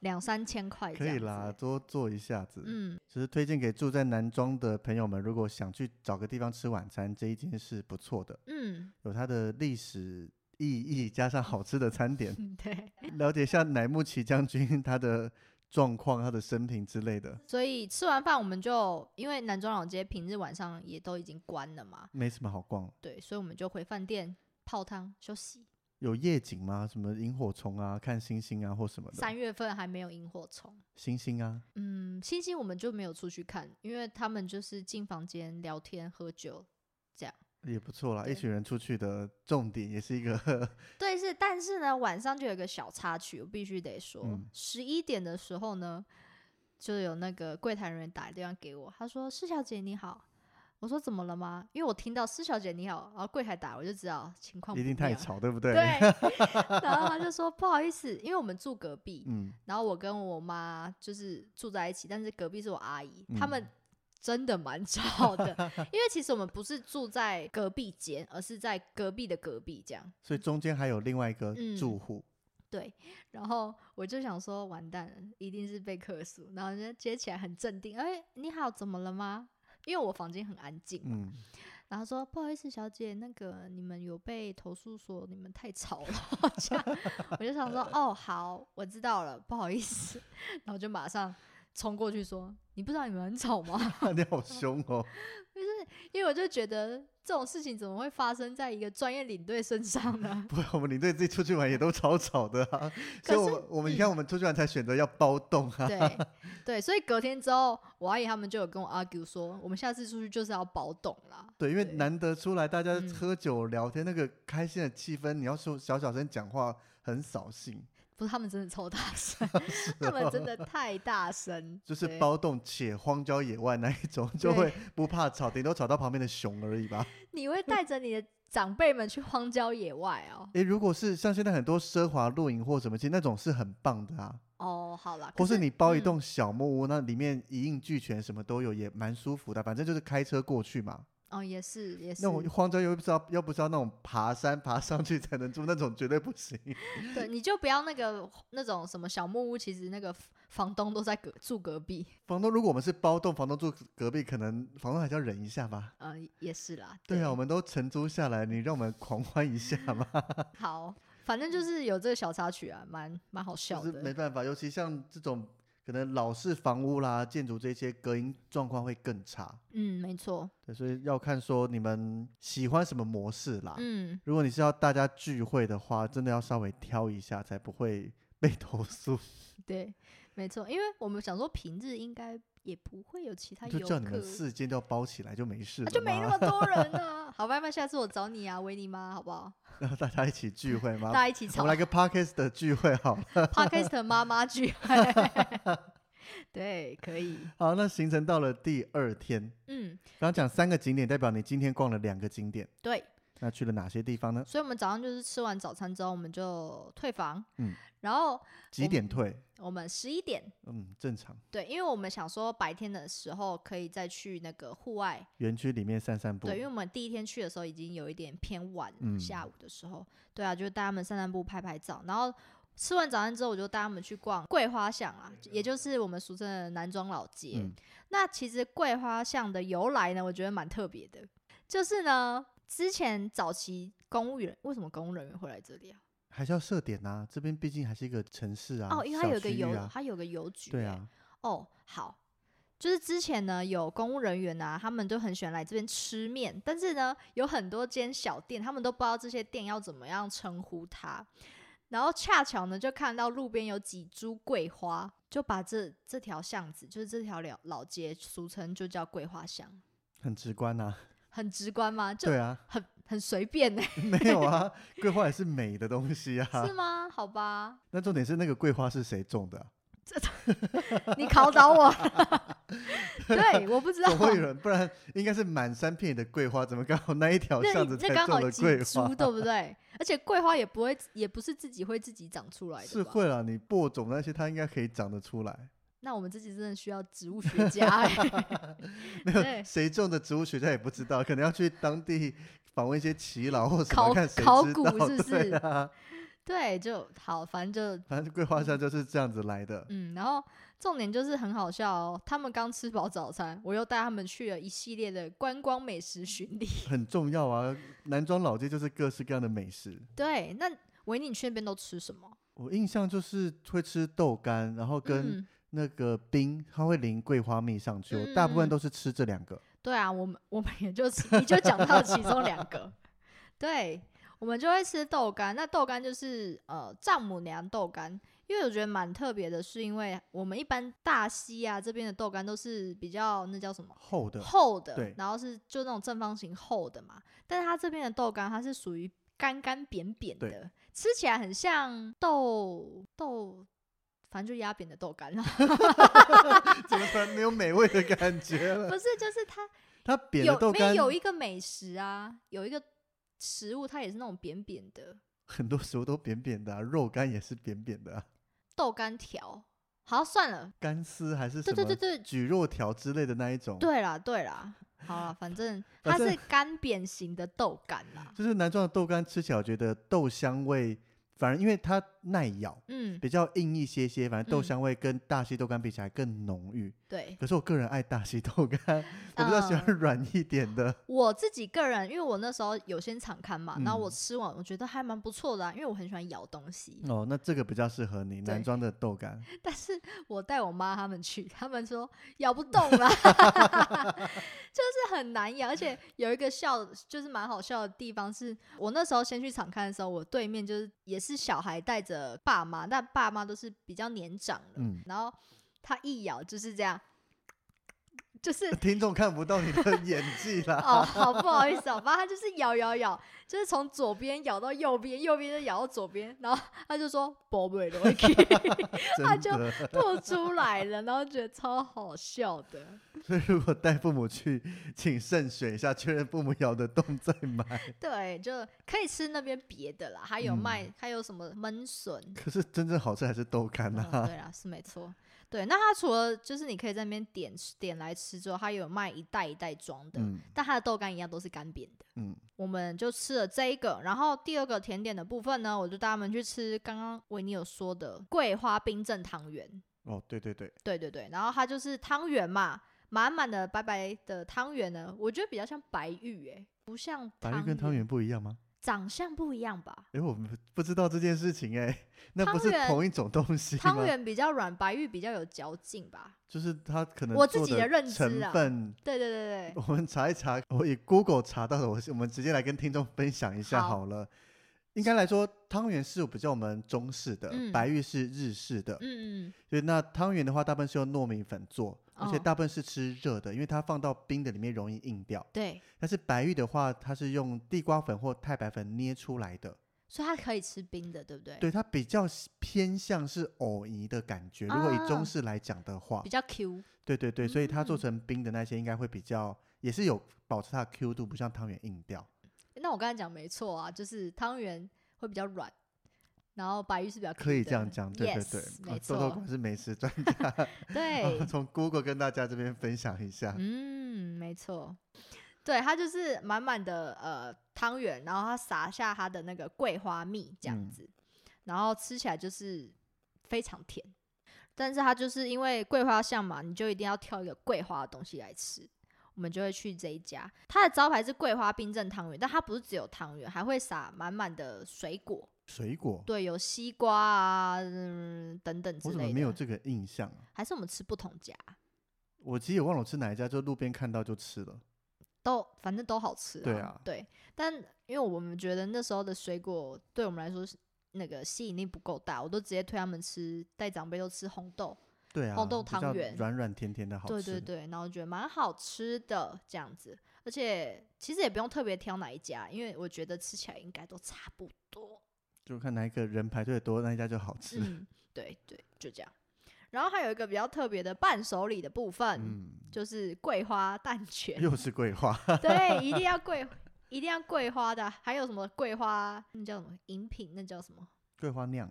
B: 两三千块
A: 可
B: 这
A: 以
B: 样
A: 啦，
B: 子。
A: 多做一下子。
B: 嗯，
A: 只是推荐给住在南庄的朋友们，如果想去找个地方吃晚餐，这一间是不错的，
B: 嗯， (laughs)
A: 有它的历史意义，加上好吃的餐
B: (laughs)
A: 点，
B: 嗯对，
A: 了解一下乃木崎将军 (laughs) 他的状况、他的生平之类的，
B: 所以吃完饭我们就因为南庄老街平日晚上也都已经关了嘛，
A: 没什么好逛。
B: 对，所以我们就回饭店泡汤休息。
A: 有夜景吗？什么萤火虫啊，看星星啊，或什么
B: 三
A: 的。
B: 月份还没有萤火虫，
A: 星星啊，
B: 嗯，星星我们就没有出去看，因为他们就是进房间聊天喝酒，
A: 也不错啦。
B: 对
A: 一群人出去的重点也是一个 (laughs)
B: 对，是，但是呢，晚上就有一个小插曲，我必须得说
A: 嗯，
B: 十一、点的时候呢，就有那个柜台人员打电话给我，他说：“施小姐你好。”我说：“怎么了吗？”因为我听到“施小姐你好”，然后柜台打，我就知道情况
A: 一
B: 哦不
A: 定
B: 妙
A: 太。吵，对不对？
B: 对，
A: (laughs)
B: 然后他就说：“不好意思，因为我们住隔壁，
A: 嗯，
B: 然后我跟我妈就是住在一起，但是隔壁是我阿姨，他
A: 嗯
B: 们真的蛮吵的， (laughs) 因为其实我们不是住在隔壁间，而是在隔壁的隔壁这样。”
A: 所以中间还有另外一个
B: 嗯
A: 住户，
B: 对，然后我就想说，完蛋了，一定是被客诉。然后人家接起来很镇定，哎、你好，怎么了吗？因为我房间很安静嘛，
A: 嗯， (laughs)
B: 然后说不好意思，小姐，那个你们有被投诉说你们太吵了， (laughs) 这样我就想
A: (laughs)
B: 说哦好，我知道了，不好意思， (laughs) 然后就马上冲过去说你不知道你们很吵吗？ (laughs)
A: 你好凶哦！
B: 因为我就觉得这种事情怎么会发生在一个专业领队身上
A: (laughs)
B: 呢？
A: 不，我们领队自己出去玩也都超吵的啊，所以我们
B: 嗯
A: 我们你看我们出去玩才选择要包栋啊，
B: 对对，所以隔天之后，我阿姨他们就有跟我 argue 说，我们下次出去就是要保懂啦。
A: 对，因为
B: 对
A: 难得出来大家
B: 嗯
A: 喝酒聊天，那个开心的气氛，你要说小小声讲话很扫兴，
B: 不是他们真的超大声， (laughs) 他们真的太大声，
A: (laughs) 就是
B: 对
A: 包栋且荒郊野外那一种， (laughs) 就
B: 对
A: 会不怕吵，顶多吵到旁边的熊而已吧。
B: 你会带着你的长辈们去荒郊野外哦。
A: 诶，如果是像现在很多奢华露营或什么，其实那种是很棒的啊，
B: (laughs) 哦，好啦，可
A: 或是你包一
B: 嗯
A: 栋小木屋，那里面一应俱全，什么都有，也蛮舒服的。反正就是开车过去嘛。
B: 哦，也是也是
A: 那，种荒郊又不知道，又不知道那种爬山爬上去才能住，那种绝对不行。
B: 对，你就不要那个那种什么小木屋，其实那个房东都在隔住隔壁，
A: 房东，如果我们是包栋，房东住隔壁，可能房东还是要忍一下吧。
B: 呃，也是啦。
A: 对啊，我们都承租下来，你让我们狂欢一下
B: (laughs)
A: 嘛。
B: 好，反正就是有这个小插曲啊，蛮蛮好笑
A: 就是没
B: 的。
A: 办法，尤其像这种可能老式房屋啦、建筑这些，隔音状况会更差。
B: 嗯，没错，
A: 对，所以要看说你们喜欢什么模式啦。
B: 嗯，
A: 如果你是要大家聚会的话，真的要稍微挑一下，才不会被投
B: (laughs)
A: 诉。
B: 对，没错，因为我们想说平日应该也不会啊有其他
A: 就
B: 游
A: 叫你
B: 客
A: 们。四间都要包起来就没事
B: 那
A: 了、
B: 就没那么多人啊！好吧，那下次我找你啊，维尼妈，好不好？
A: 然 (laughs) 后大家一起聚会
B: (laughs) 大
A: 吗？
B: 家一起
A: 我
B: 吵
A: 们来个 podcast 的聚会好了。
B: Podcast 妈妈剧。对，可以。
A: 好，那行程到了第二天，
B: 嗯，
A: 刚讲三个景点，代表你今天逛了两个景点。
B: 对。
A: 那去了哪些地方呢？
B: 所以我们早上就是吃完早餐之后，我们就退房。
A: 嗯
B: 然后
A: 几点退？
B: 我们十一点，
A: 嗯，正常。
B: 对，因为我们想说白天的时候可以再去那个户外
A: 园区里面散散步。
B: 对，因为我们第一天去的时候已经有一点偏晚了，
A: 嗯
B: 下午的时候，对啊，就带他们散散步、拍拍照，然后吃完早餐之后，我就带他们去逛桂花巷啊，也就是我们俗称的南庄老街。
A: 嗯
B: 那其实桂花巷的由来呢，我觉得蛮特别的，就是呢，之前早期公务员为什么公务人员会来这里啊？
A: 还是要设点呐、这边毕竟还是一个城市啊。
B: 哦，因为它有
A: 小
B: 一个
A: 区域
B: 邮，
A: 啊。
B: 它有个邮局、
A: 对，啊，
B: 哦，好，就是之前呢有公务人员啊，他们都很喜欢来这边吃面，但是呢有很多间小店，他们都不知道这些店要怎么样称呼它。然后恰巧呢，就看到路边有几株桂花，就把这这条巷子，就是这条老老街，俗称就叫桂花巷，
A: 很直观呐、
B: 很直观吗？就
A: 对啊， (laughs)
B: 很很随便呢、
A: 没有啊，桂花也是美的东西啊。
B: 是吗？好吧，
A: 那重点是那个桂花是谁种的啊、
B: 你考倒我 (laughs) 了，对，我不知道，
A: (laughs) 总会有人，不然应该是满山遍野的桂花，怎么刚好那一条
B: 那
A: 巷哦
B: 你
A: 子
B: 这
A: 才
B: 刚
A: 种
B: 好
A: 了
B: 几
A: 桂花
B: 株，？对不对？而且桂花也不会，也不是自己会自己长出来的。
A: 是。会啦，你播种那些它应该可以长得出
B: (laughs)
A: 来。
B: 那我们自己真的需要植物学
A: (laughs)
B: 家、欸。
A: 没
B: 对
A: 有谁种的植物学家也不知道，可能要去当地访问一些耆老或什
B: 考
A: 么，看谁
B: 考
A: 知
B: 古
A: 道。
B: 是不
A: 对
B: 是
A: 啊，
B: (laughs) 对，就好，反正就
A: 反正桂花香就是这样子来的。
B: 嗯，然后重点就是很好笑哦。他们刚吃饱早餐，我又带他们去了一系列的观光美食巡礼。 (laughs)
A: 很重要啊！南庄老街就是各式各样的美食。
B: 对，那维尼，你去那边都吃什么？
A: 我印象就是会吃豆干，然后跟
B: 嗯、
A: 那个冰，它会淋桂花蜜上去。我大部分
B: 嗯
A: 都是吃这两个。
B: 对啊，我们我们也就吃，你就讲到其中两个， (laughs) 对，我们就会吃豆干。那豆干就是呃丈母娘豆干，因为我觉得蛮特别的，是因为我们一般大溪啊这边的豆干都是比较那叫什么
A: 厚
B: (laughs)
A: 的，
B: 厚的
A: 对，
B: 然后是就那种正方形厚的嘛，但是它这边的豆干它是属于干干扁扁
A: 对
B: 的，吃起来很像豆豆。反正就压扁的豆干啦， (laughs)
A: 怎么突然没有美味的感觉
B: 不 (laughs)
A: 了？
B: 是，就是它
A: 它扁的
B: 有
A: 豆
B: 没有
A: 干，
B: 有一个美食啊，有一个食物，它也是那种扁扁的
A: 很多时候都扁扁的、啊，肉干也是扁扁的、啊，
B: 豆干条。好，算了，
A: 干丝还是什么
B: 对对对对
A: 蒟蒻条之类的那一种。，
B: 对啦对啦，好啦，反正它
A: (laughs) 反正
B: 是干扁型的豆干啦。
A: (laughs) 就是南庄的豆干吃起来，我觉得豆香味反而因为它耐咬，
B: 嗯，
A: 比较硬一些些，反正豆
B: 嗯
A: 香味跟大溪豆干比起来更浓郁。
B: 对
A: 可是我个人爱大溪豆
B: (laughs)
A: 干，我比较喜欢
B: 嗯
A: 软一点的。
B: 我自己个人，因为我那时候有先尝看嘛，然后我
A: 嗯
B: 吃完我觉得还蛮不错的、啊，因为我很喜欢咬东西。
A: 哦，那这个比较适合你
B: 对
A: 男装的豆干。 (laughs)
B: 但是我带我妈他们去，他们说咬不动啦， (laughs) 就是很难咬，而且有一个笑就是蛮好笑的地方是，我那时候先去场看的时候，我对面就是也是小孩带着爸妈，但爸妈都是比较年长的，
A: 嗯，
B: 然后他一咬就是这样，就是
A: 听众看不到你的演技
B: (laughs)
A: 啦。
B: 哦，好不好意思哦，反正他就是咬咬咬，就是从左边咬到右边，右边再咬到左边，然后他就说“宝贝的 w i 他
A: 真的，
B: 吐出来了，然后觉得超好笑的。
A: (laughs) 所以如果带父母去，请慎选一下，确认父母咬得动再买。
B: (laughs) 对，就可以吃那边别的啦，还有
A: 嗯
B: 卖，还有什么
A: (laughs)
B: 焖笋。
A: (laughs) 可是真正好吃还是豆干
B: 嗯
A: 啊。
B: 对啦，是没错。对，那它除了就是你可以在那边点点来吃之后，它有卖一袋一袋装的，
A: 嗯
B: 但它的豆干一样都是干煸的。
A: 嗯，
B: 我们就吃了这一个，然后第二个甜点的部分呢，我就带他们去吃刚刚维尼有说的桂花冰镇汤圆。
A: 哦，对对对，
B: 对对对，然后它就是汤圆嘛，满满的白白的汤圆呢，我觉得比较像白玉、欸，不像
A: 白玉跟汤圆不一样吗？
B: 长相不一样吧？
A: (laughs) 哎，我们不知道这件事情哎， (laughs) 那不是
B: 汤圆
A: 同一种东西吗
B: 汤？圆比较软，白玉比较有嚼劲吧？
A: 就是它可能
B: 我自
A: 做
B: 己的认知
A: 成
B: 啊
A: 分
B: 对对对
A: 我们查一查， (laughs) 我以 Google 查到的，我我们直接来跟听众分享一下
B: 好
A: 好了。应该来说，汤圆是比较我们中式的，
B: 嗯
A: 白玉是日式的。
B: 对，嗯
A: 所以那汤圆的话，大部分是用糯米粉做，而且
B: 哦
A: 大部分是吃热的，因为它放到冰的里面容易硬掉。
B: 对，
A: 但是白玉的话，它是用地瓜粉或太白粉捏出来的，
B: 所以它可以吃冰的，对不对？，
A: 对它比较偏向是藕泥的感觉。如果以中
B: 啊
A: 式来讲的话
B: 比，较 Q。
A: 对对对，所以它做
B: 嗯
A: 成冰的那些应该会比较，也是有保持它的 Q 度，不像汤圆硬掉。
B: 那我刚才讲没错啊，就是汤圆会比较软，然后白玉是比较 Q
A: 可以这
B: 的
A: 样讲，对对对
B: yes，，
A: 啊
B: 没
A: 豆豆
B: 错
A: 果，是美食专 (laughs)
B: 对
A: 家，，从 Google 跟大家这边分享一下。
B: 嗯，没错，对，它就是满满的呃汤圆，然后它撒下它的那个桂花蜜这样
A: 嗯
B: 子，然后吃起来就是非常甜。但是它就是因为桂花巷嘛，你就一定要挑一个桂花的东西来吃。我们就会去这一家，它的招牌是桂花冰镇汤圆，但它不是只有汤圆，还会撒满满的水果，
A: 水果，
B: 对，有西瓜啊、嗯、等等之
A: 我怎么
B: 类
A: 没有
B: 的。
A: 这个印象啊？
B: 还是我们吃不同家，
A: 我其实也忘了我吃哪一家，就路边看到就吃了。
B: 都反正都好吃、啊。
A: 对啊
B: 对但因为我们觉得那时候的水果对我们来说是那个吸引力不够大，我都直接推他们吃，带长辈都吃红豆，
A: 对啊，
B: 红豆
A: 比较
B: 汤圆
A: 软软甜甜的好
B: 对
A: 吃。
B: 对对，然后觉得蛮好吃的这样子，而且其实也不用特别挑哪一家，因为我觉得吃起来应该都差不多。
A: 就看哪一个人排队多，那一家就好吃。
B: 嗯，对对，就这样。然后还有一个比较特别的伴手礼的部分，
A: 嗯，
B: 就是桂花蛋卷，
A: (laughs) 又是桂花， (laughs)
B: 对，一定要桂， (laughs) 一定要桂花的，还有什么桂花那叫什么饮品，那叫什么？
A: 桂花酿。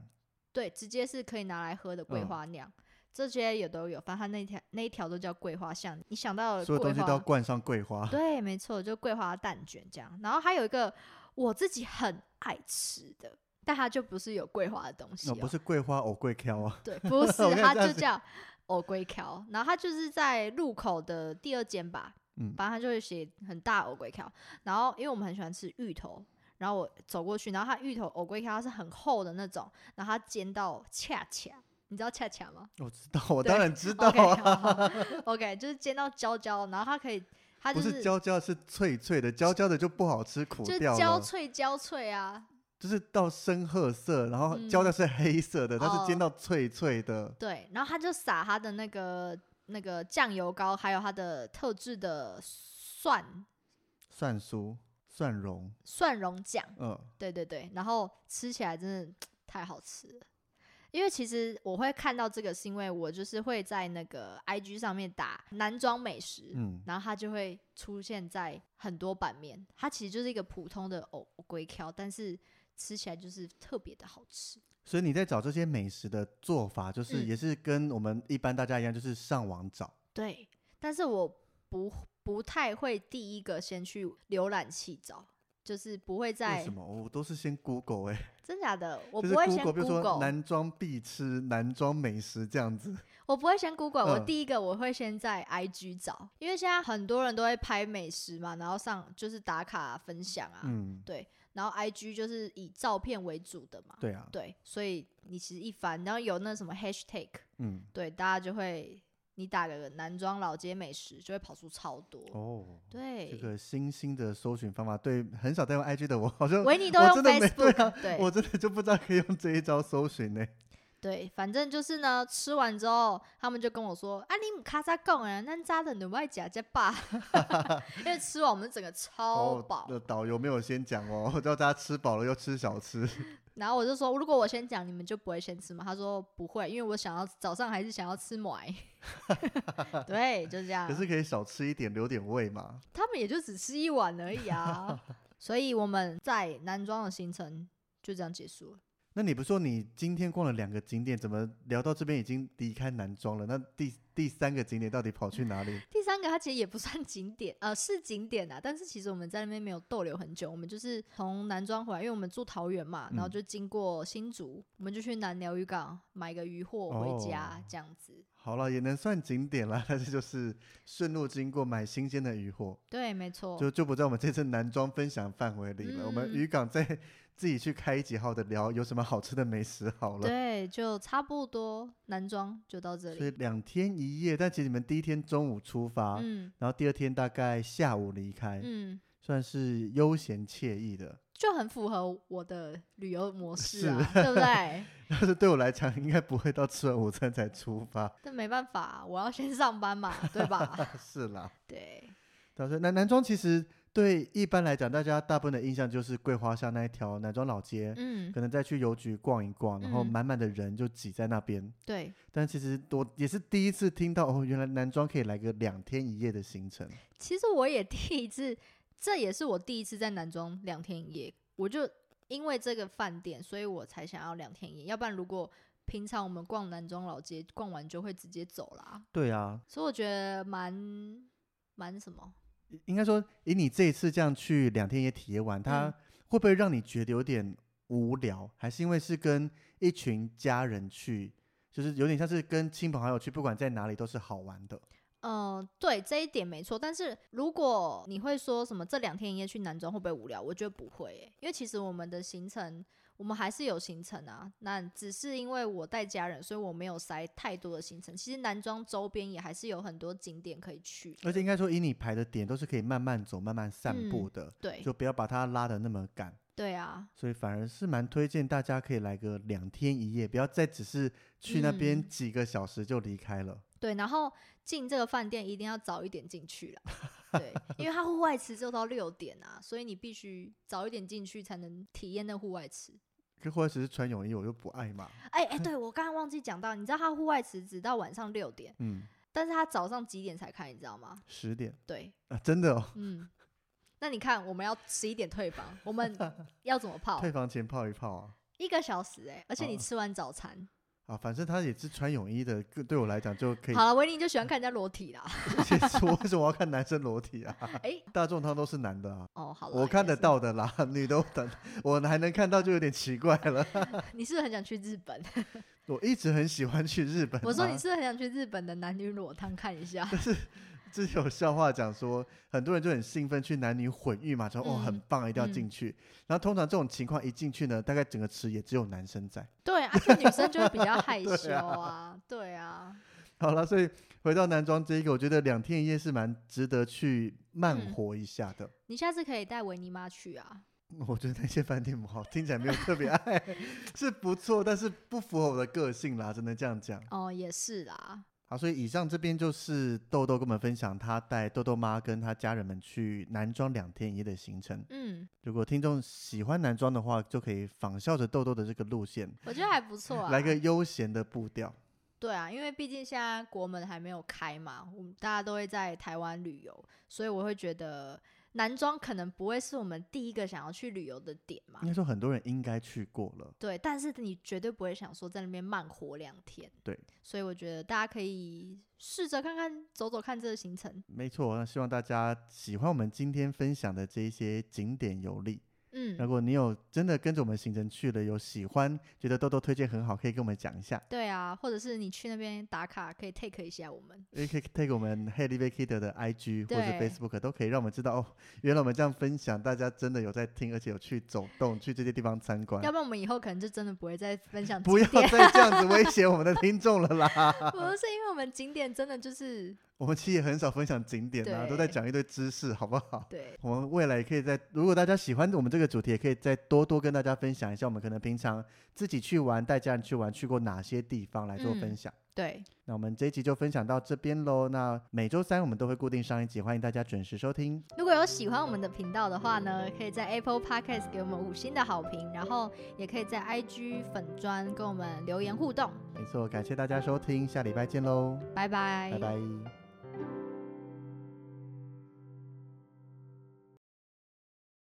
B: 对，直接是可以拿来喝的桂
A: 嗯
B: 花酿，这些也都有。反正它那条那一条都叫桂花巷，你想到了
A: 所有
B: 呃桂
A: 东西都要
B: 花，
A: 灌上桂花。
B: 对，没错，就桂花蛋卷这样。然后还有一个我自己很爱吃的，但它就不是有桂花的东西、
A: 哦，
B: 哦，
A: 不是桂花藕桂条啊，
B: 对，不是
A: (laughs) 我，看
B: 它
A: 这样
B: 就
A: 子
B: 叫藕龟桥，然后它就是在路口的第二间吧，
A: 嗯
B: 反正它就会写很大藕龟桥。然后因为我们很喜欢吃芋头，然后我走过去，然后它芋头藕龟桥是很厚的那种，然后它煎到恰恰，你知道恰恰吗？
A: 我知道，我
B: 对
A: 当然知道
B: OK，
A: 啊，
B: 好好 OK，就是煎到焦焦，然后它可以，它
A: 不
B: 就是
A: 焦焦，是脆脆的，焦焦的就不好吃，苦
B: 就是
A: 掉
B: 焦
A: 了。
B: 脆焦脆啊，
A: 就是到深褐色，然后
B: 嗯
A: 焦的是黑色的，它
B: 哦
A: 是煎到脆脆的。
B: 对，然后他就撒他的那个那个酱油膏，还有他的特制的蒜
A: 蒜酥、蒜蓉，
B: 蒜蓉酱，
A: 嗯，
B: 对对对，然后吃起来真的太好吃了。因为其实我会看到这个，是因为我就是会在那个 IG 上面打男装美食，
A: 嗯
B: 然后它就会出现在很多版面。它其实就是一个普通的藕龟壳，但是吃起来就是特别的好吃。
A: 所以你在找这些美食的做法，就是
B: 嗯
A: 也是跟我们一般大家一样，就是上网找。
B: 对，但是我不不太会第一个先去浏览器找，就是不会
A: 为
B: 在
A: 什么我都是先 Google 哎、
B: 真假的？我
A: 就
B: 不
A: 是
B: 会先
A: Google，比如说
B: Google，
A: 男装必吃、男装美食这样子。
B: 我不会先 Google，、我
A: 嗯
B: 第一个我会先在 IG 找，因为现在很多人都会拍美食嘛，然后上就是打卡分享啊，
A: 嗯，
B: 对，然后 IG 就是以照片为主的嘛，
A: 对啊，
B: 对，所以你其实一翻，然后有那什么 hashtag，
A: 嗯，
B: 对，大家就会你打个男装老街美食，就会跑出超多，
A: 哦，
B: 对
A: 这，个新兴的搜寻方法，对很少在用 IG 的我，好像
B: 维尼都
A: 我
B: 用
A: 真的没对
B: Facebook，
A: 啊
B: 对，
A: 我真的就不知道可以用这一招搜寻呢、
B: 对，反正就是呢，吃完之后，他们就跟我说：“啊，你唔卡扎讲啊，咱扎的努爱夹夹
A: (laughs)
B: 吧。” (laughs) 因为吃完我们整个超饱，
A: 哦那导游没有先讲哦，我知道大家吃饱了又吃小吃，
B: 然后我就说：“如果我先讲，你们就不会先吃吗？”他说：“不会，因为我想要早上还是想要
A: (laughs)
B: 吃麦。” (laughs) 对，就这样。
A: 可是可以少吃一点，留点胃嘛。
B: 他们也就只吃一碗而已
A: (laughs)
B: 啊，所以我们在南庄的行程就这样结束了。
A: 那你不说你今天逛了两个景点，怎么聊到这边已经离开男装了？那第第三个景点到底跑去哪里？
B: 第三个，它其实也不算景点， (laughs) 呃，是景点啊，但是其实我们在那边没有逗留很久，我们就是从南庄回来，因为我们住桃园嘛，然后
A: 嗯
B: 就经过新竹，我们就去南寮渔港买个渔货回家、
A: 哦
B: 这样子。
A: (laughs) 好了，也能算景点啦，但是就是顺路经过买新鲜的鱼货，
B: 对，没错，
A: 就就不在我们这次男装分享范围里了。我们
B: 嗯
A: 渔港再自己去开一集好的聊有什么好吃的美食好了。
B: 对，就差不多南庄就到这
A: 所以
B: 里。
A: 两天一夜，但其实你们第一天中午出发，
B: 嗯
A: 然后第二天大概下午离开，
B: 嗯，
A: 算是悠闲惬意的。 (laughs)
B: 就很符合我的旅游模式啊，对不
A: (laughs)
B: 对？
A: 但是对我来讲，应该不会到吃完午餐才出发。
B: 但没办法，我要先上班嘛，对吧？
A: (laughs) 啊是啦，啊
B: 对，
A: 但是男男装其实对一般来讲，大家大部分的印象就是桂花巷那一条男装老街，
B: 嗯，
A: 可能再去邮局逛一逛，然后
B: 嗯
A: 满满的人就挤在那边。
B: 对，
A: 但其实我也是第一次听到，哦，原来男装可以来个两天一夜的行程。
B: 其实我也第一次，这也是我第一次在南庄两天一夜。我就因为这个饭店，所以我才想要两天一夜。要不然，如果平常我们逛南庄老街，逛完就会直接走啦。
A: 对啊，
B: 所以我觉得蛮蛮什么，
A: 应该说以你这一次这样去两天一夜体验完，它
B: 嗯
A: 会不会让你觉得有点无聊？还是因为是跟一群家人去，就是有点像是跟亲朋好友去，不管在哪里都是好玩的。
B: 嗯，对这一点没错。但是如果你会说什么这两天一夜去南庄会不会无聊？我觉得不会、欸，因为其实我们的行程我们还是有行程啊。那只是因为我带家人，所以我没有塞太多的行程。其实南庄周边也还是有很多景点可以去的，
A: 而且应该说以你排的点都是可以慢慢走、慢慢散步
B: 嗯
A: 的，
B: 对
A: 就不要把它拉的那么赶。
B: 对啊，
A: 所以反而是蛮推荐大家可以来个两天一夜，不要再只是去那边
B: 嗯
A: 几个小时就离开了。
B: 对。然后进这个饭店一定要早一点进去啦，对，因为它户外吃就到六点啊，所以你必须早一点进去才能体验那户外吃。
A: 可或者只是穿泳衣，我就不爱嘛。
B: 哎、
A: (laughs)
B: 哎、对我刚刚忘记讲到，你知道它户外池直到晚上六点，
A: 嗯，
B: 但是它早上几点才开，你知道吗？
A: 十点
B: 对，
A: 啊，真的哦，
B: 嗯，那你看我们要十一点退房，
A: (laughs)
B: 我们要怎么泡
A: 退？房前泡一泡啊。
B: 一个小时哎、而且你
A: 哦
B: 吃完早餐，
A: 啊，反正他也是穿泳衣的，个对我来讲就
B: (laughs)
A: 可以
B: 好。了，维尼就喜欢看人家裸
A: (laughs)
B: 体啦。
A: 其实我为什么要看男生裸体啊？
B: 哎、
A: 大众汤都是男的啊，
B: 哦，好了，
A: 我看
B: 也
A: 得
B: 是。
A: 到的啦，女的我等 (laughs) 我还能看到就有点奇怪了。
B: 你是不是很想去日本？
A: 我一直很喜欢去日本、啊，
B: 我说你是不是很想去日本的男女裸汤看
A: (laughs)
B: 一下？
A: 之前有笑话讲说，很多人就很兴奋去男女混浴嘛，说哦
B: 嗯
A: 很棒，一定要进去。然后通常这种情况一进去呢，大概整个池也只有男生在。 (laughs)
B: 对啊，就女生就会比较害羞啊，对啊，
A: 好了，所以回到男装这一个，我觉得两天一夜是蛮值得去慢
B: 嗯
A: 活一下
B: (laughs)
A: 的。
B: 你下次可以带维尼妈去啊。
A: 我觉得那些饭店不好，听起来没有特别爱， (laughs) 是不错，但是不符合我的个性啦，只能这样讲。
B: 哦，也是啦，
A: 好，所以以上这边就是豆豆跟我们分享他带豆豆妈跟他家人们去男装两天一夜的行程。
B: 嗯，
A: 如果听众喜欢男装的话，就可以仿效着豆豆的这个路线，
B: 我觉得还不错啊。
A: 来个悠闲的步调。
B: 对啊，因为毕竟现在国门还没有开嘛，我们大家都会在台湾旅游，所以我会觉得男装可能不会是我们第一个想要去旅游的点嘛
A: 应。该说很多人应该去过了，
B: 对，但是你绝对不会想说在那边慢活两天。
A: 对，
B: 所以我觉得大家可以试着看看、走走看这个行程。
A: 没错。那希望大家喜欢我们今天分享的这一些景点游历。
B: 嗯，
A: 如果你有真的跟着我们行程去了，有喜欢，觉得豆豆推荐很好，可以跟我们讲一下，
B: 对啊，或者是你去那边打卡，可以 take 一下我们。
A: 也可以 take 我们 Hey l i v e Kid 的 IG 或
B: 对
A: 是 Facebook 都可以，让我们知道哦，原来我们这样分享，大家真的有在听，而且有去走动，去这些地方参观
B: 要。不然我们以后可能就真的不会再分享景
A: 啊不要
B: 点，
A: 再这样子威胁我们的听众了啦！
B: (laughs) 不是因为我们景点真的就是
A: 我们其实也很少分享景点啊，都在
B: 对
A: 讲一堆知识，好不好？ (laughs)
B: 对
A: 我们未来也可以在，如果大家喜欢我们这个主题，也可以再多多跟大家分享一下，我们可能平常自己去玩、带家人去玩，去过哪些地方来做分
B: 嗯
A: 享。
B: 对，
A: 那我们这一集就分享到这边喽。那每周三我们都会固定上一集，欢迎大家准时收听。
B: 如果有喜欢我们的频道的话呢，可以在 Apple Podcast 给我们五星的好评，然后也可以在 IG 粉砖跟我们留言互动。
A: 没错，感谢大家收听，下礼拜见喽，
B: 拜拜，
A: 拜拜